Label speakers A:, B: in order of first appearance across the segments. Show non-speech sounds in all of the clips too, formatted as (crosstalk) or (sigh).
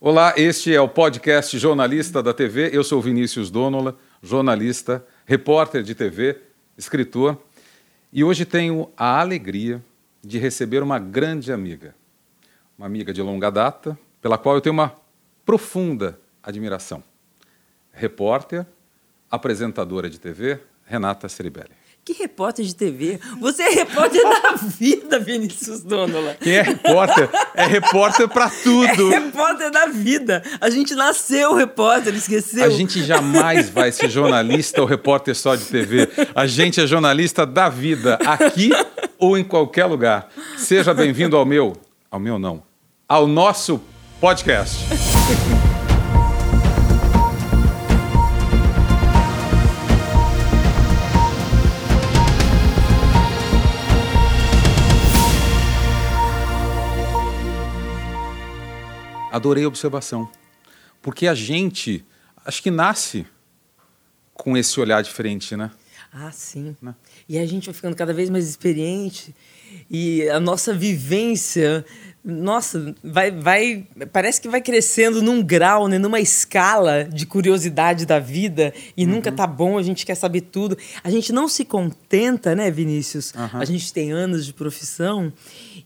A: Olá, este é o podcast Jornalista da TV. Eu sou Vinícius Donola, jornalista, repórter de TV, escritor. E hoje tenho a alegria de receber uma grande amiga, uma amiga de longa data, pela qual eu tenho uma profunda admiração. Repórter, apresentadora de TV, Renata Ceribelli.
B: Que repórter de TV? Você é
A: (laughs)
B: repórter da vida, Vinícius Donola.
A: Quem é repórter é repórter para tudo.
B: É repórter da vida. A gente nasceu repórter, esqueceu?
A: A gente jamais vai ser jornalista ou repórter só de TV. A gente é jornalista da vida, aqui ou em qualquer lugar. Seja bem-vindo ao meu, ao meu não, ao nosso podcast. Adorei a observação. Porque a gente, acho que nasce com esse olhar diferente, né?
B: Ah, sim. E a gente vai ficando cada vez mais experiente e a nossa vivência, nossa, vai, vai, parece que vai crescendo num grau, né, numa escala de curiosidade da vida e nunca tá bom, a gente quer saber tudo. A gente não se contenta, né, Vinícius?
A: Aham.
B: A gente tem anos de profissão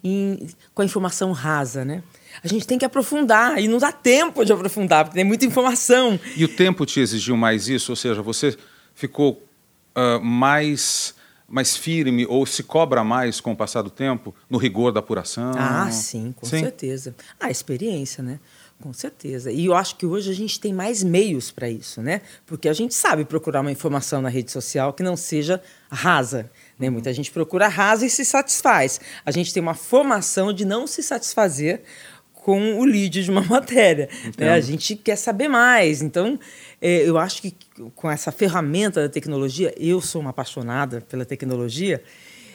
B: em- com a informação rasa, né? A gente tem que aprofundar e não dá tempo de aprofundar, porque tem muita informação.
A: E o tempo te exigiu mais isso? Ou seja, você ficou ah, mais, mais firme ou se cobra mais com o passar do tempo no rigor da apuração?
B: Ah, sim, com certeza. A experiência, né? Com certeza. E eu acho que hoje a gente tem mais meios para isso, né? Porque a gente sabe procurar uma informação na rede social que não seja rasa. Né? Muita gente procura rasa e se satisfaz. A gente tem uma formação de não se satisfazer com o lead de uma (laughs) matéria. Né? A gente quer saber mais. Então, eh, eu acho que com essa ferramenta da tecnologia, eu sou uma apaixonada pela tecnologia,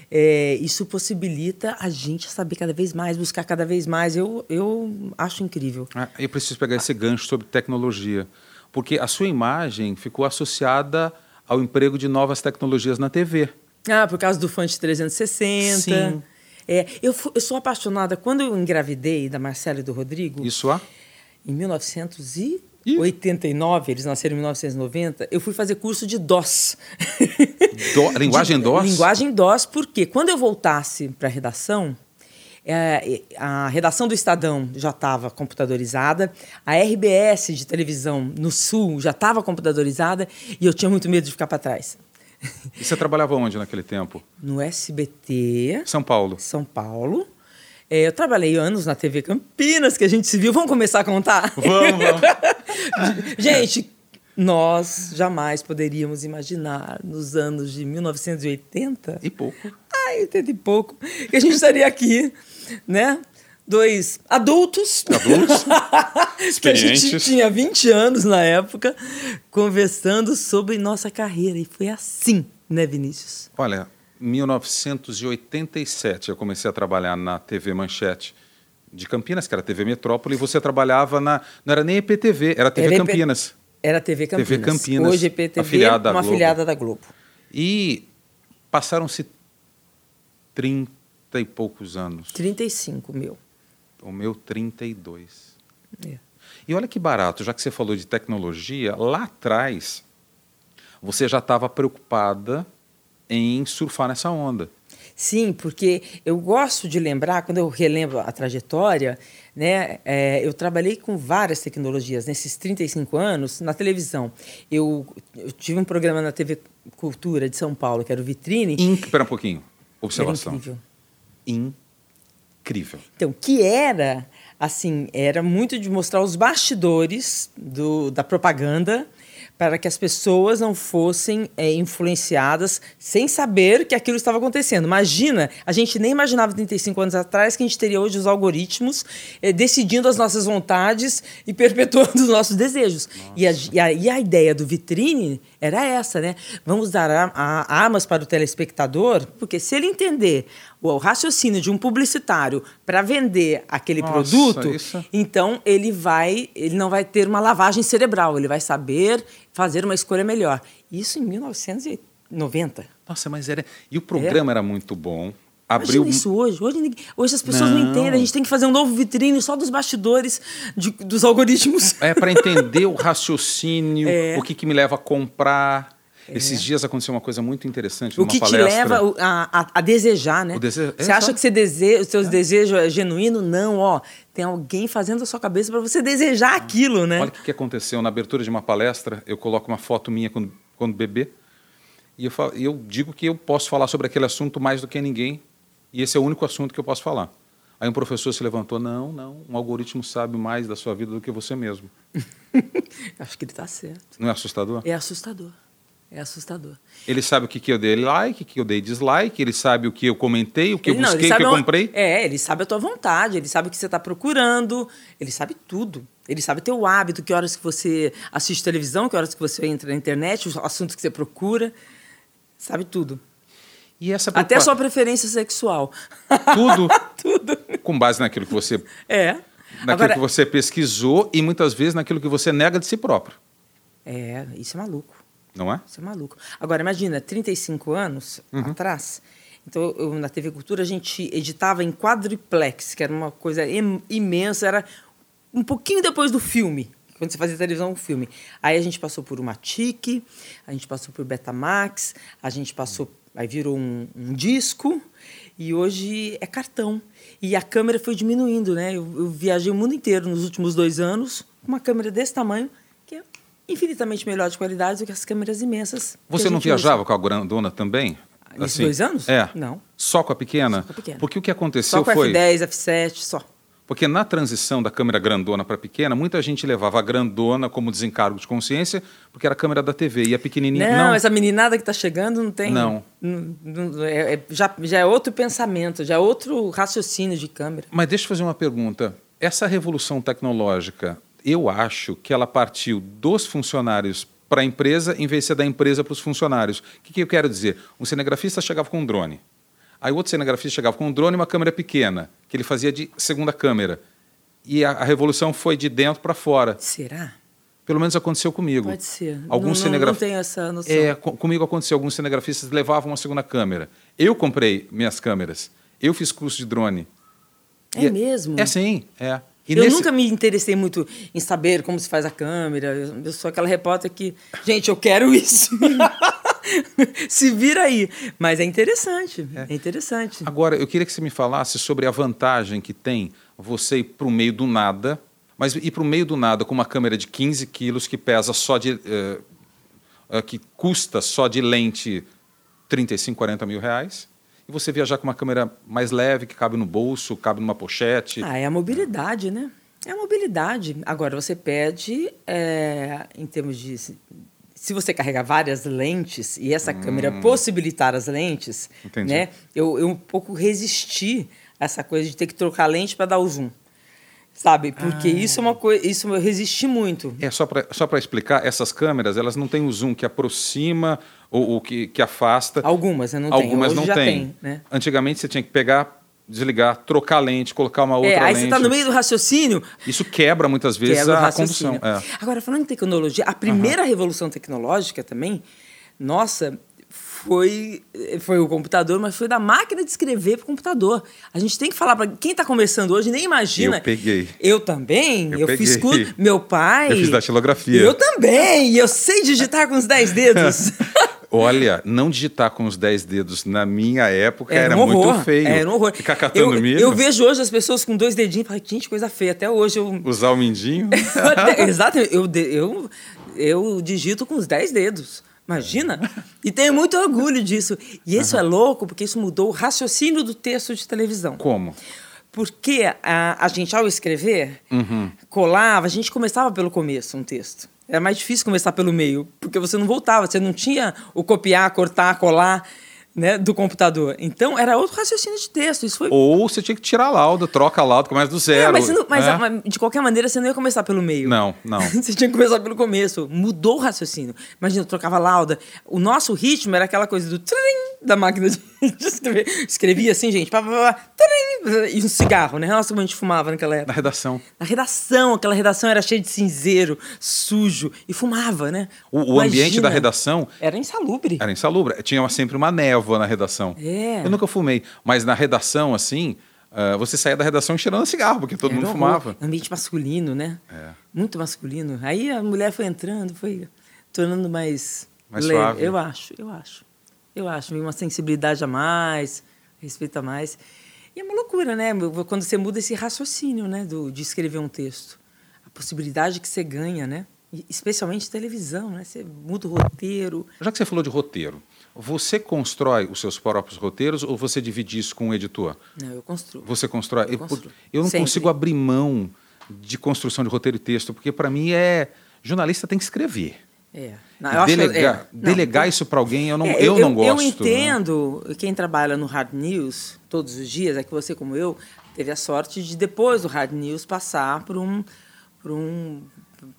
B: eh, isso possibilita a gente saber cada vez mais, buscar cada vez mais. Eu, eu acho incrível.
A: Ah, Eu preciso pegar esse gancho sobre tecnologia, porque a sua imagem ficou associada ao emprego de novas tecnologias na TV.
B: Ah, por causa do Fante 360.
A: Sim.
B: É, eu, fu- eu sou apaixonada. Quando eu engravidei da Marcela e do Rodrigo,
A: Isso há?
B: Em 1989, eles nasceram em 1990, eu fui fazer curso de DOS.
A: (laughs) Do- linguagem DOS?
B: Linguagem DOS, porque quando eu voltasse para a redação, eh, a redação do Estadão já estava computadorizada, a RBS de televisão no Sul já estava computadorizada e eu tinha muito medo de ficar para trás.
A: E você trabalhava onde naquele tempo?
B: No SBT,
A: São Paulo.
B: São Paulo. Eh, eu trabalhei anos na TV Campinas, que a gente se viu. Vamos começar a contar?
A: Vamos, vamos.
B: (laughs) Gente, nós jamais poderíamos imaginar nos anos de 1980,
A: E pouco.
B: ai, 80 e pouco, que a gente estaria aqui, né? Dois adultos.
A: Adultos.
B: (laughs) que a gente
A: Experientes.
B: tinha 20 anos na época, conversando sobre nossa carreira. E foi assim, né, Vinícius?
A: Olha, 1987 eu comecei a trabalhar na TV Manchete de Campinas, que era TV Metrópole, e você trabalhava na. Não era nem EPTV, era TV
B: Era EP
A: Campinas.
B: Era TV Campinas.
A: TV Campinas,
B: Hoje é PTV,
A: afiliada à
B: uma
A: Globo.
B: afiliada da Globo.
A: E passaram-se 30 e poucos anos.
B: 35 mil.
A: O meu 32.
B: É.
A: E olha que barato, já que você falou de tecnologia, lá atrás você já estava preocupada em surfar nessa onda.
B: Sim, porque eu gosto de lembrar, quando eu relembro a trajetória, né, é, eu trabalhei com várias tecnologias nesses 35 anos na televisão. Eu, eu tive um programa na TV Cultura de São Paulo, que era o Vitrine.
A: In... Espera um pouquinho.
B: Era
A: Observação.
B: incrível.
A: Incrível.
B: Então, que era, assim, era muito de mostrar os bastidores do, da propaganda para que as pessoas não fossem eh, influenciadas sem saber que aquilo estava acontecendo. Imagina, a gente nem imaginava 35 anos atrás que a gente teria hoje os algoritmos eh, decidindo as nossas vontades e (laughs) perpetuando os nossos desejos. E a, e, a, e a ideia do vitrine era essa, né? Vamos dar a- a- armas para o telespectador, porque se ele entender o, o raciocínio de um publicitário para vender aquele
A: Nossa,
B: produto,
A: isso- é
B: então ele vai, ele não vai ter uma lavagem cerebral, ele vai saber fazer uma escolha melhor. Isso em 1990.
A: Nossa, mas era. E o programa era muito bom. abriu.
B: É? Imagina isso hoje. Hoje, ninguém- hoje as pessoas não.
A: Não.
B: entendem. A gente tem que fazer um novo vitrine só dos bastidores de- dos algoritmos.
A: (laughs) É para entender o raciocínio,
B: (laughs) É.
A: o que, que me leva a comprar. Esses dias aconteceu uma coisa muito interessante
B: O
A: numa
B: que
A: palestra.
B: te leva o- a, a- a desejar, né?
A: O desejo-
B: Você acha
A: Exato.
B: que você dese... o seu desejo é genuíno? Não, ó. Tem alguém fazendo a sua cabeça para você desejar aquilo, né?
A: Olha o que, que aconteceu. Na abertura de uma palestra, eu coloco uma foto minha quando, quando bebê. E eu, falo- e eu digo que eu posso falar sobre aquele assunto mais do que ninguém. E esse é o único assunto que eu posso falar. Aí um professor se levantou: não, não, um algoritmo sabe mais da sua vida do que você mesmo.
B: (laughs) Acho que ele tá certo.
A: Não é assustador?
B: É assustador. É assustador.
A: Ele sabe o que, que eu dei like, o que eu dei dislike, ele sabe o que eu comentei, o que eu
B: não,
A: busquei, o que eu
B: onde-
A: comprei.
B: É, ele sabe a tua vontade, ele sabe o que você está procurando, ele sabe tudo. Ele sabe teu hábito, que horas que você assiste televisão, que horas que você entra na internet, os assuntos que você procura. Sabe tudo.
A: E essa
B: Até a sua
A: preocupa-
B: preferência sexual.
A: Tudo.
B: (laughs) tudo.
A: com base naquilo que você,
B: É.
A: naquilo que você pesquisou e muitas vezes naquilo que você nega de si próprio,
B: É, isso é maluco.
A: não é?
B: Isso é maluco. Agora, imagina, 35 anos atrás. Então, eu, na TV Cultura, a gente editava em quadriplex, que era uma coisa im- imensa. Era um pouquinho depois do filme, quando você fazia televisão, um filme. Aí a gente passou por uma TIC, a gente passou por Betamax, a gente passou. Aí virou um, um disco e hoje é cartão. E a câmera foi diminuindo, né? Eu, eu viajei o mundo inteiro nos últimos dois anos com uma câmera desse tamanho, que é infinitamente melhor de qualidade do que as câmeras imensas. que a
A: Você não
B: gente usa.
A: viajava com a grandona também?
B: Ah, Nesses dois anos?
A: É.
B: Não.
A: Só com a pequena?
B: Só com a pequena.
A: Porque o que aconteceu
B: Só com
A: foi...
B: F10, F7, só.
A: Porque na transição da câmera grandona para pequena, muita gente levava a grandona como desencargo de consciência, porque era a câmera da TV. E a pequenininha...
B: Não, essa meninada que tá chegando não tem.
A: Não.
B: não- não- é- é- já, já é outro pensamento, já é outro raciocínio de câmera.
A: Mas deixa eu fazer uma pergunta. Essa revolução tecnológica, eu acho que ela partiu dos funcionários para a empresa em vez de ser da empresa para os funcionários. O que, que eu quero dizer? Um cinegrafista chegava com um drone. Aí outro cinegrafista chegava com um drone e uma câmera pequena, que ele fazia de segunda câmera. E a, a revolução foi de dentro para fora.
B: Será?
A: Pelo menos aconteceu comigo.
B: Pode ser.
A: Alguns
B: não, não, não
A: cinegraf-
B: tenho essa noção.
A: Hum. é, co- comigo aconteceu, alguns cinegrafistas levavam uma segunda câmera. Eu comprei minhas câmeras. Eu fiz curso de drone.
B: É mesmo?
A: É sim, é. E
B: eu
A: nesse-
B: nunca me interessei muito em saber como se faz a câmera. Eu eu sou aquela repórter que, gente, eu quero isso.
A: (laughs)
B: (laughs) se vira aí. Mas é interessante. É, interessante.
A: Agora, eu queria que você me falasse sobre a vantagem que tem você ir para o meio do nada, mas ir para o meio do nada com uma câmera de 15 quilos que pesa só de. eh, eh, que custa só de lente 35, 40 mil reais, e você viajar com uma câmera mais leve, que cabe no bolso, cabe numa pochete.
B: Ah, é a mobilidade, né? É a mobilidade. Agora, você pede, é, em termos de. se- Se você carregar várias lentes e essa câmera possibilitar as lentes,
A: Hum. Entendi.
B: né? Eu, eu um pouco resisti a essa coisa de ter que trocar a lente para dar o zoom. Sabe?
A: Ah.
B: Porque isso é uma coisa. Isso eu resisti muito.
A: É, só para só pra explicar, essas câmeras, elas não têm o zoom que aproxima ou, ou que, que afasta.
B: Algumas, né? Não tem.
A: Algumas
B: Hoje
A: não
B: já
A: tem.
B: tem, né?
A: Antigamente você tinha que pegar, desligar, trocar a lente, colocar uma outra
B: É, aí
A: lente.
B: você tá no meio do raciocínio,
A: Isso quebra muitas vezes
B: Quebra o
A: a
B: raciocínio.
A: condução. É.
B: Agora, falando em tecnologia, a primeira revolução tecnológica também, nossa, foi, foi o computador, mas foi da máquina de escrever para o computador. A gente tem que falar para quem está começando hoje, nem imagina.
A: Eu peguei.
B: Eu também.
A: Eu
B: Eu, fiz
A: peguei.
B: curso. Meu pai.
A: Eu fiz datilografia.
B: Eu também. e Eu sei digitar com os dez
A: (laughs)
B: dedos.
A: Olha, não digitar com os 10 dedos na minha época era,
B: um horror,
A: muito feio.
B: Era um horror.
A: Ficar catando
B: eu,
A: milho,
B: eu vejo hoje as pessoas com dois dedinhos e falo, gente, coisa feia. Até hoje eu
A: usar o mindinho.
B: (laughs) Exatamente. Eu, de- eu, eu digito com os 10 dedos. Imagina? E tenho muito orgulho disso. E isso é louco, porque isso mudou o raciocínio do texto de televisão.
A: Como?
B: Porque a, a gente, ao escrever, colava, a gente começava pelo começo um texto. Era mais difícil começar pelo meio, porque você não voltava, você não tinha o copiar, cortar, colar né, do computador. Então, era outro raciocínio de texto. Isso foi
A: Ou você tinha que tirar a lauda, troca a lauda, começa do
B: é,
A: zero.
B: mas, você não- mas,
A: né?
B: mas de qualquer maneira você não ia começar pelo meio.
A: Não, não.
B: (laughs) você tinha que começar pelo começo. Mudou o raciocínio. Imagina, eu trocava lauda. O nosso ritmo era aquela coisa do trim, da máquina de, (laughs) de escrever. Escrevia assim, gente, pá, pá, pá, tarim, e um cigarro, né? Nossa, como a gente fumava naquela
A: Na
B: época.
A: redação.
B: Na redação, aquela redação era cheia de cinzeiro, sujo, e fumava, né?
A: O, o ambiente
B: Imagina.
A: da redação
B: Era insalubre.
A: era insalubre. Tinha uma- sempre uma névoa na redação.
B: É.
A: Eu nunca fumei, mas na redação, assim, ah, você saía da redação cheirando cigarro, porque todo
B: Era
A: mundo
B: um
A: fumava.
B: horror. Ambiente masculino, né?
A: É.
B: Muito masculino. Aí a mulher foi entrando, foi tornando mais.
A: Mais suave.
B: Eu acho, eu acho. Eu acho. Uma sensibilidade a mais, respeito a mais. E é uma loucura, né? Quando você muda esse raciocínio, né? Do, de escrever um texto. A possibilidade que você ganha, né? E Especialmente televisão, né? Você muda o roteiro.
A: Já que você falou de roteiro, você constrói os seus próprios roteiros ou você divide isso com o editor?
B: Não, eu construo.
A: Você constrói.
B: Eu
A: Eu, por-
B: construo.
A: eu não
B: Sempre.
A: consigo abrir mão de construção de roteiro e texto, porque para mim é. Jornalista tem que escrever.
B: É. Não, eu acho-
A: delegar
B: é. Não,
A: delegar
B: tem-
A: isso para alguém, eu não,
B: É,
A: eu, não gosto.
B: Eu
A: né?
B: entendo quem trabalha no Hard News todos os dias, é que você, como eu, teve a sorte de, depois do Hard News, passar por um. Por um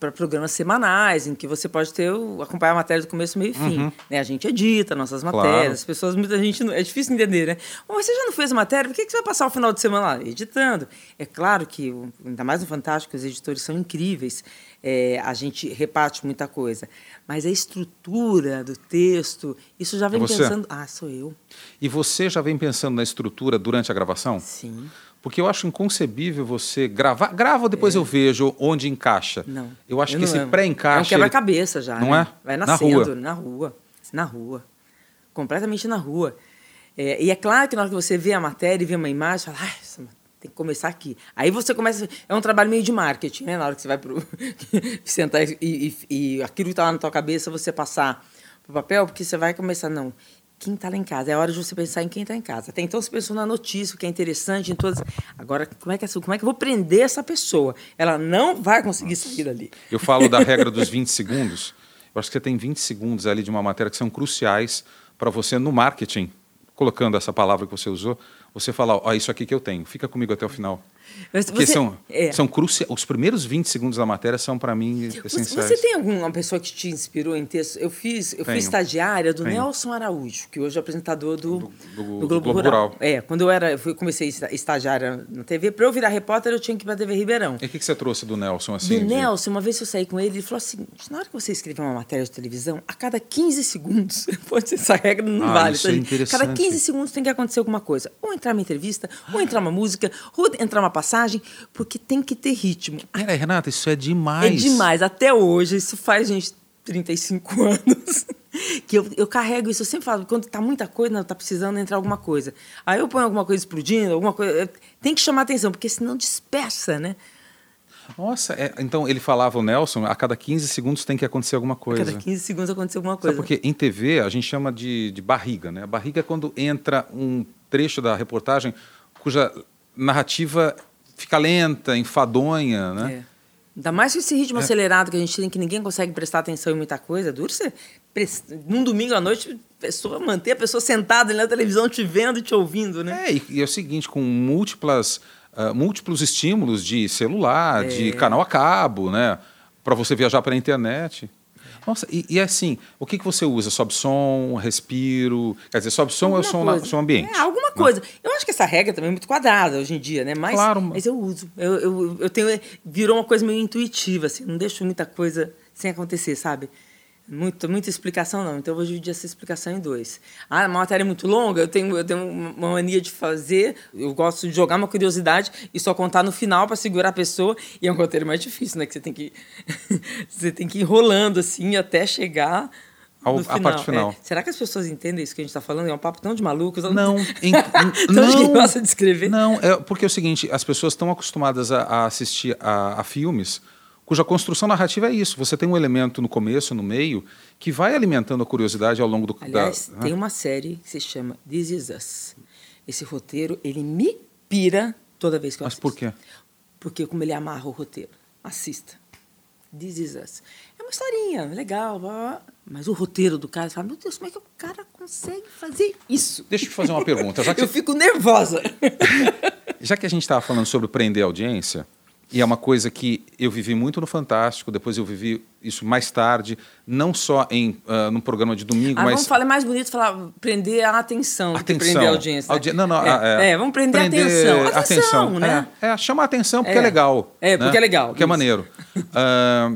B: para programas semanais, em que você pode ter o- acompanhar a matéria do começo, meio e fim.
A: Uhum.
B: Né? A gente edita nossas matérias,
A: Claro.
B: as pessoas, muita gente, não- é difícil entender, né? "Bom, Mas você já não fez a matéria, por que, que você vai passar o final de semana lá editando? É claro que, o- ainda mais no Fantástico, os editores são incríveis, é, a gente reparte muita coisa, mas a estrutura do texto, isso já vem
A: É você?
B: pensando... Ah, sou eu.
A: E você já vem pensando na estrutura durante a gravação?
B: Sim.
A: Porque eu acho inconcebível você gravar. Grava, depois eu vejo onde encaixa.
B: É. Não.
A: Eu acho que
B: não
A: esse
B: amo. É um
A: pré-encaixe. ele-
B: quebra-cabeça já.
A: Não
B: né?
A: é?
B: Vai
A: Na
B: nascendo,
A: rua.
B: na rua. Na rua. Completamente na rua. É, e é claro que na hora que você vê a matéria e vê uma imagem, você fala, "Ai, essa ma- tem que começar aqui. Aí você começa. É um trabalho meio de marketing, né? Na hora que você vai pro. (laughs) sentar e, e, e aquilo que tá lá na tua cabeça, você passar pro papel, porque você vai começar, não. Quem está lá em casa? É hora de você pensar em quem está em casa. Até então você pensou na notícia, o que é interessante, em todas. Agora, como é que, essa- como é que eu vou prender essa pessoa? Ela não vai conseguir sair dali.
A: Eu falo da regra dos 20 segundos. Eu acho que você tem 20 segundos ali de uma matéria que são cruciais para você, no marketing, colocando essa palavra que você usou, você falar: Ó, isso aqui que eu tenho, fica comigo até o final.
B: (laughs) Mas
A: Porque
B: você-
A: são,
B: é.
A: são cruciais. Os primeiros 20 segundos da matéria são, para mim,
B: Você-
A: essenciais.
B: Você tem alguma pessoa que te inspirou em texto? Eu fiz, eu
A: Tenho.
B: fui estagiária do
A: Tenho.
B: Nelson Araújo, que hoje é apresentador do,
A: Do-
B: do,
A: do- do
B: Globo,
A: Globo
B: Rural.
A: Rural.
B: É, quando eu era, eu fui- comecei esta- estagiária na TV, para eu virar repórter eu tinha que ir para TV Ribeirão.
A: E o que, que você trouxe do Nelson assim?
B: Do
A: de-
B: Nelson, uma vez eu saí com ele, ele falou assim: na hora que você escrever uma matéria de televisão, a cada 15 segundos, (laughs) pode ser essa regra não
A: Ah,
B: vale.
A: isso
B: tá,
A: é
B: gente?
A: interessante.
B: Cada 15 segundos tem que acontecer alguma coisa. Ou entrar uma entrevista, ou entrar uma música, ou entrar uma passagem, porque tem que ter ritmo.
A: Peraí, Renata, isso é
B: É
A: demais.
B: demais. Até hoje, isso faz, gente, 35 (laughs) anos. Que eu, eu carrego isso, eu sempre falo, quando tá muita coisa, não, tá precisando entrar alguma coisa. Aí eu ponho alguma coisa explodindo, alguma coisa. eu- Tem que chamar atenção, porque senão dispersa, né?
A: Nossa, é- então ele falava, o Nelson, a cada 15 segundos tem que acontecer alguma
B: A
A: coisa.
B: cada 15 segundos aconteceu alguma
A: é. Sabe
B: coisa.
A: porque em TV a gente chama de, de barriga, né? A barriga é quando entra um trecho da reportagem cuja narrativa fica lenta, enfadonha, né? É.
B: É. Ainda mais com esse ritmo acelerado que a gente tem, que ninguém consegue prestar atenção em muita coisa. É Duro você, pres- num domingo à noite, a pessoa, manter a pessoa sentada ali na televisão, te vendo e te ouvindo, né?
A: É, e, e é o seguinte, com múltiplas, ah, múltiplos estímulos de celular,
B: É.
A: de canal a cabo, né? Para você viajar pela internet. Nossa, e, e assim, o que, que você usa? Sobe som, respiro? Quer dizer, sobe som é o
B: Alguma
A: som, na-
B: coisa.
A: som ambiente. Né?
B: É, alguma coisa. Eu acho que essa regra também é muito quadrada hoje em dia, né? Mas,
A: Claro, mas-
B: mas eu uso. Eu, eu, eu tenho, virou uma coisa meio intuitiva, assim. Não deixo muita coisa sem acontecer, sabe? Muito, muita explicação, não. Então, eu vou dividir essa explicação em dois. Ah, uma matéria é muito longa, eu tenho, eu tenho uma mania de fazer. Eu gosto de jogar uma curiosidade e só contar no final para segurar a pessoa. E é um roteiro mais difícil, né? Que você tem que, (laughs) você tem que ir enrolando, assim, até chegar
A: Ao-
B: no
A: à parte final.
B: É. Será que as pessoas entendem isso que a gente está falando? É um papo tão de malucos.
A: Não,
B: (laughs)
A: em- em-
B: Tão de
A: não.
B: quem gosta de escrever.
A: Não, é porque é o seguinte, as pessoas estão acostumadas a, a assistir a, a filmes cuja construção narrativa é isso. Você tem um elemento no começo, no meio, que vai alimentando a curiosidade ao longo do...
B: Aliás,
A: da, né?
B: tem uma série que se chama This Is Us. Esse roteiro, ele me pira toda vez que eu
A: Mas
B: assisto.
A: por quê?
B: Porque como ele amarra o roteiro. Assista. This Is Us. É uma historinha, legal, blá, blá, blá. mas o roteiro do cara, você fala, meu Deus, como é que o cara consegue fazer isso?
A: Deixa eu te fazer uma
B: (laughs)
A: pergunta. Já que,
B: Eu fico nervosa.
A: já que a gente estava falando sobre prender a audiência, E é uma coisa que eu vivi muito no Fantástico, depois eu vivi isso mais tarde, não só em uh, num programa de domingo,
B: Ah,
A: mas
B: vamos falar é mais bonito, falar prender a atenção, do que prender a audiência. né?
A: Audi- Não, ah, não,
B: é, é, vamos prender, a atenção. Atenção, né?
A: É, é, chamar a atenção porque é,
B: É.
A: legal.
B: É,
A: né?
B: porque é legal,
A: Porque é
B: isso. (laughs)
A: maneiro. Ah,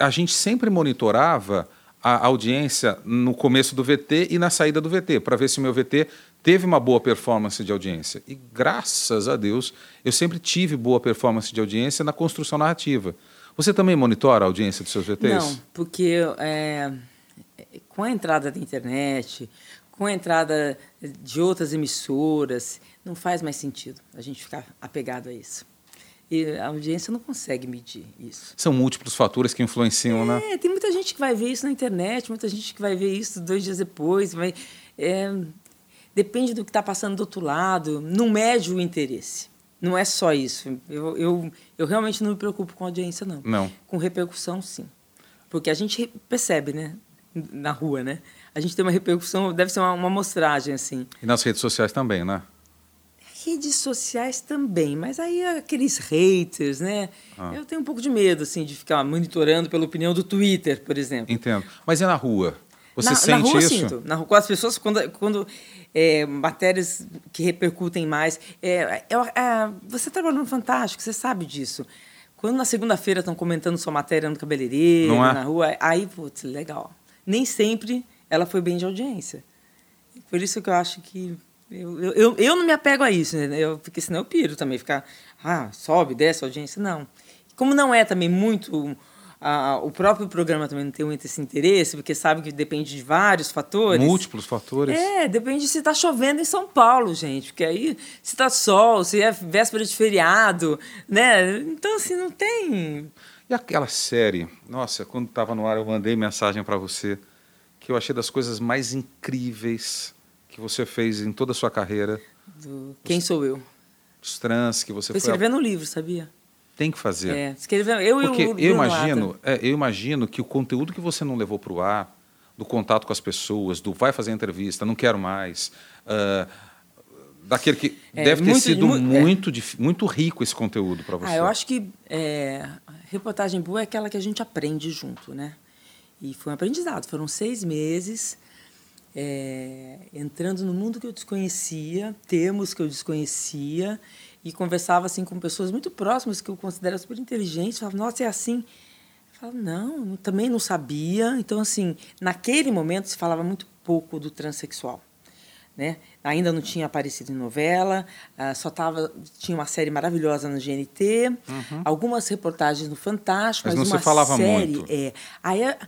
A: a gente sempre monitorava a audiência no começo do VT e na saída do VT, para ver se o meu VT teve uma boa performance de audiência. E graças a Deus, eu sempre tive boa performance de audiência na construção narrativa. Você também monitora a audiência dos seus VTs?
B: Não, porque é, com a entrada da internet, com a entrada de outras emissoras, não faz mais sentido a gente ficar apegado a isso. E a audiência não consegue medir isso.
A: São múltiplos fatores que influenciam, né?
B: É, tem muita gente que vai ver isso na internet, muita gente que vai ver isso dois dias depois. Vai, é, depende do que está passando do outro lado, não mede o interesse. Não é só isso. Eu, eu, eu realmente não me preocupo com audiência, não.
A: Não.
B: Com repercussão, sim. Porque a gente re- percebe, né? Na rua, né? A gente tem uma repercussão, deve ser uma, uma amostragem, assim.
A: E nas redes sociais também, né?
B: Redes sociais também, mas aí é aqueles haters, né? Eu tenho um pouco de medo, assim, de ficar monitorando pela opinião do Twitter, por exemplo.
A: Entendo. Mas e na rua? Você
B: na,
A: sente
B: na rua
A: isso?
B: eu sinto. Na rua, com as pessoas, quando, quando é, matérias que repercutem mais. é, eu- é, você trabalhou no Fantástico, você sabe disso. Quando na segunda-feira estão comentando sua matéria no cabeleireiro,
A: Não é?
B: na rua, aí, putz, legal. Nem sempre ela foi bem de audiência. Por isso que eu acho que. Eu, eu, eu, eu não me apego a isso, né? Eu, porque senão eu piro também, ficar. Ah, sobe, desce a audiência. Não. Como não é também muito. ah, o próprio programa também não tem muito esse interesse, porque sabe que depende de vários fatores.
A: Múltiplos fatores.
B: É, depende se tá chovendo em São Paulo, gente. Porque aí, se tá sol, se é véspera de feriado, né? Então, assim, não tem.
A: E aquela série, nossa, quando estava no ar eu mandei mensagem para você que eu achei das coisas mais incríveis que você fez em toda a sua carreira,
B: do Quem sou eu?
A: os trans que você
B: Tô
A: foi,
B: escrevendo um livro, sabia?
A: tem que fazer.
B: É, escrevendo. Eu
A: Porque
B: e o
A: eu,
B: Bruno Lata.
A: imagino, é, eu imagino que o conteúdo que você não levou para o ar, do contato com as pessoas, do vai fazer entrevista, não quero mais, ah, daquele que
B: É,
A: deve ter
B: muito-
A: sido
B: mu- é.
A: muito, dif- muito rico esse conteúdo para você.
B: Ah, eu acho que é, reportagem boa é aquela que a gente aprende junto, né? E foi um aprendizado. Foram seis meses é, entrando no mundo que eu desconhecia, termos que eu desconhecia, e conversava assim com pessoas muito próximas que eu considero super inteligentes. Falava, nossa, é assim. Eu falava, não, eu também não sabia. Então, assim, naquele momento se falava muito pouco do transexual né? Ainda não tinha aparecido em novela, ah, só tava, tinha uma série maravilhosa no GNT, algumas reportagens no Fantástico,
A: Uhum. Mas
B: mas,
A: não se
B: uma
A: falava
B: série,
A: muito.
B: É, aí, a-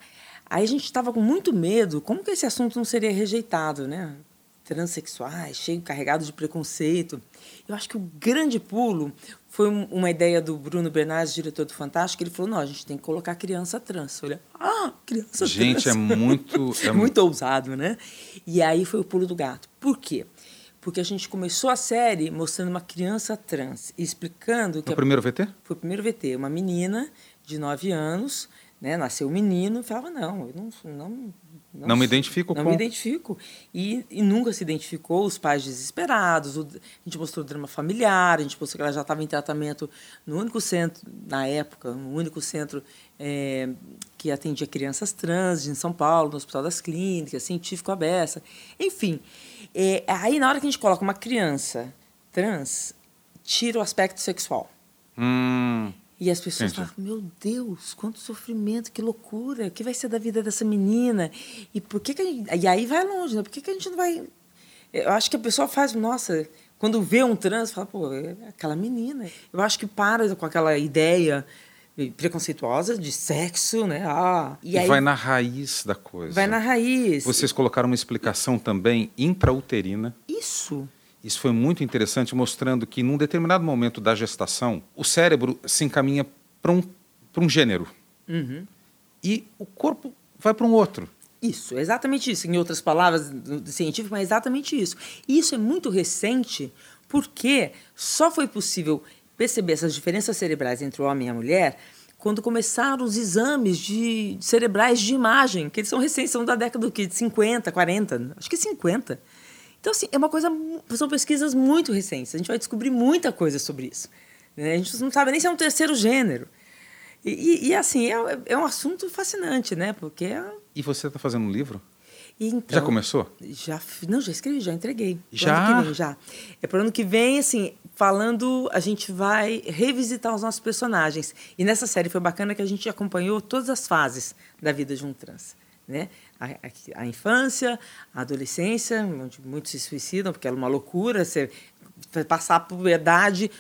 B: aí a gente estava com muito medo, como que esse assunto não seria rejeitado, né? Transsexuais, cheio carregado de preconceito. Eu acho que o grande pulo foi um- uma ideia do Bruno Bernardes, diretor do Fantástico, que ele falou: não, a gente tem que colocar criança trans. Eu olhei, ah, criança trans.
A: Gente, é
B: (laughs)
A: muito. É
B: muito ousado, né? E aí foi o pulo do gato. Por quê? Porque a gente começou a série mostrando uma criança trans e explicando que
A: No
B: a-
A: primeiro VT?
B: foi o primeiro VT, uma menina de 9 anos, né, nasceu um menino, e falava não, eu não sou- não
A: Não me
B: sou-
A: identifico
B: não
A: com-
B: me identifico e, e nunca se identificou, os pais desesperados, o- a gente mostrou o drama familiar, a gente mostrou que ela já estava em tratamento no único centro na época, no único centro eh, que atendia crianças trans em São Paulo, no Hospital das Clínicas, científico abessa, enfim, eh, aí na hora que a gente coloca uma criança trans tira o aspecto sexual
A: Hum,
B: e as pessoas
A: Entendi.
B: falavam, meu Deus, quanto sofrimento, que loucura, o que vai ser da vida dessa menina? E por que, que a gente... E aí vai longe, né? Por que, que a gente não vai. Eu acho que a pessoa faz, nossa, quando vê um trans, fala, pô, é aquela menina. Eu acho que para com aquela ideia preconceituosa de sexo, né? Ah,
A: e vai na raiz da coisa.
B: vai na raiz.
A: Vocês colocaram uma explicação também intrauterina.
B: Isso.
A: Isso foi muito interessante, mostrando que num determinado momento da gestação, o cérebro se encaminha para um, pra um gênero.
B: Uhum.
A: E o corpo vai para um outro.
B: Isso, é exatamente isso. Em outras palavras do, do científico, mas é exatamente isso. E isso é muito recente porque só foi possível perceber essas diferenças cerebrais entre o homem e a mulher quando começaram os exames de, de cerebrais de imagem, que eles são recentes, são da década do quê? De 50, 40, acho que 50. Então, assim, é uma coisa. mu- São pesquisas muito recentes. A gente vai descobrir muita coisa sobre isso. né? Né? A gente não sabe nem se é um terceiro gênero. E, e, e assim, é, é um assunto fascinante, né? Porque. É...
A: E você está fazendo um livro?
B: Então,
A: já começou?
B: Já, não, já escrevi, já entreguei. Pro
A: Já?
B: ano que vem, já. É pro ano que vem, assim, falando, a gente vai revisitar os nossos personagens. E nessa série foi bacana que a gente acompanhou todas as fases da vida de um trans, né? A, a- a infância, a adolescência, onde muitos se suicidam porque é uma loucura, você vai passar a puberdade,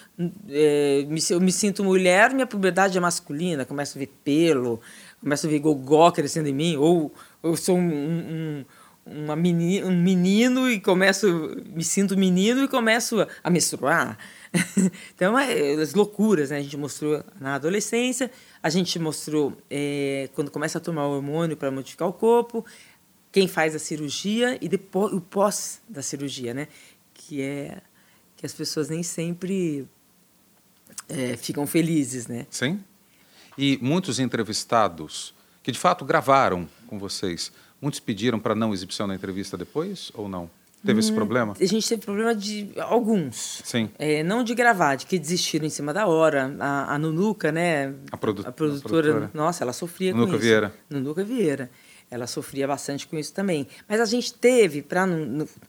B: eh, me- eu me sinto mulher, minha puberdade é masculina, começo a ver pelo, começo a ver gogó crescendo em mim, ou eu sou um, um- um- uma meni, um menino e começo, me sinto menino e começo a- a menstruar. (laughs) então, é, as loucuras, né? A gente mostrou na adolescência, a gente mostrou eh, quando começa a tomar hormônio para modificar o corpo, quem faz a cirurgia e depois o pós da cirurgia, né? Que é que as pessoas nem sempre eh, ficam felizes, né?
A: Sim. E muitos entrevistados que de fato gravaram com vocês, muitos pediram para não exibição na entrevista depois ou não? Teve
B: Hum,
A: esse problema?
B: A gente teve problema de alguns.
A: Sim.
B: É, não de gravar, de que desistiram em cima da hora. A, a Nunuca, né?
A: A produ-
B: a
A: a
B: produtora.
A: produtora.
B: Nossa, ela sofria
A: Nunuca
B: com isso.
A: Vieira.
B: Nunuca Vieira. Ela sofria bastante com isso também. Mas a gente teve, para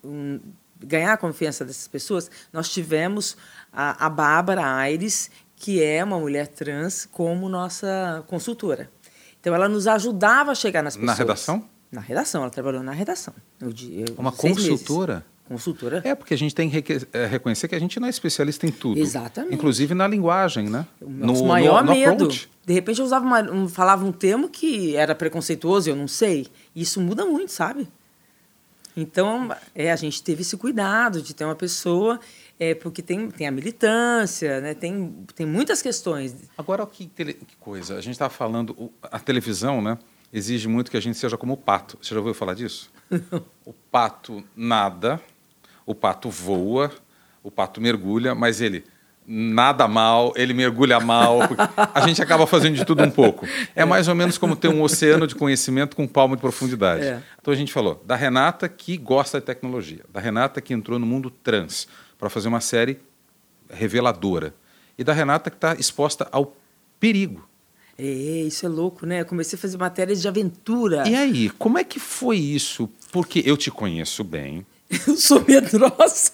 B: um, ganhar a confiança dessas pessoas, nós tivemos a, a Bárbara Aires, que é uma mulher trans, como nossa consultora. Então, ela nos ajudava a chegar nas
A: Na
B: pessoas.
A: redação?
B: Na redação, ela trabalhou na redação. Eu di- eu-
A: Uma
B: seis meses.
A: consultora?
B: Consultora.
A: É, porque a gente tem que reque- eh, reconhecer que a gente não é especialista em tudo.
B: Exatamente.
A: Inclusive na linguagem, né?
B: O nosso maior medo.
A: approach.
B: De repente eu usava uma- um, falava um termo que era preconceituoso, eu não sei. E isso muda muito, sabe? Então, é, a gente teve esse cuidado de ter uma pessoa, é, porque tem, tem a militância, né? tem, tem muitas questões.
A: Agora, que, tele- que coisa. A gente estava falando, o- a televisão, né? Exige muito que a gente seja como o pato. Você já ouviu falar
B: (laughs)
A: disso? o pato nada, o pato voa, o pato mergulha, mas ele nada mal, ele mergulha mal. porque A gente acaba fazendo de tudo um pouco. É mais ou menos como ter um oceano de conhecimento com um palmo de profundidade.
B: É.
A: Então a gente falou da Renata que gosta de tecnologia, da Renata que entrou no mundo trans para fazer uma série reveladora e da Renata que está exposta ao perigo.
B: É, isso é louco, né? Eu comecei a fazer matérias de aventura.
A: E aí, como é que foi isso? Porque eu te conheço bem,
B: (laughs) Eu sou medrosa.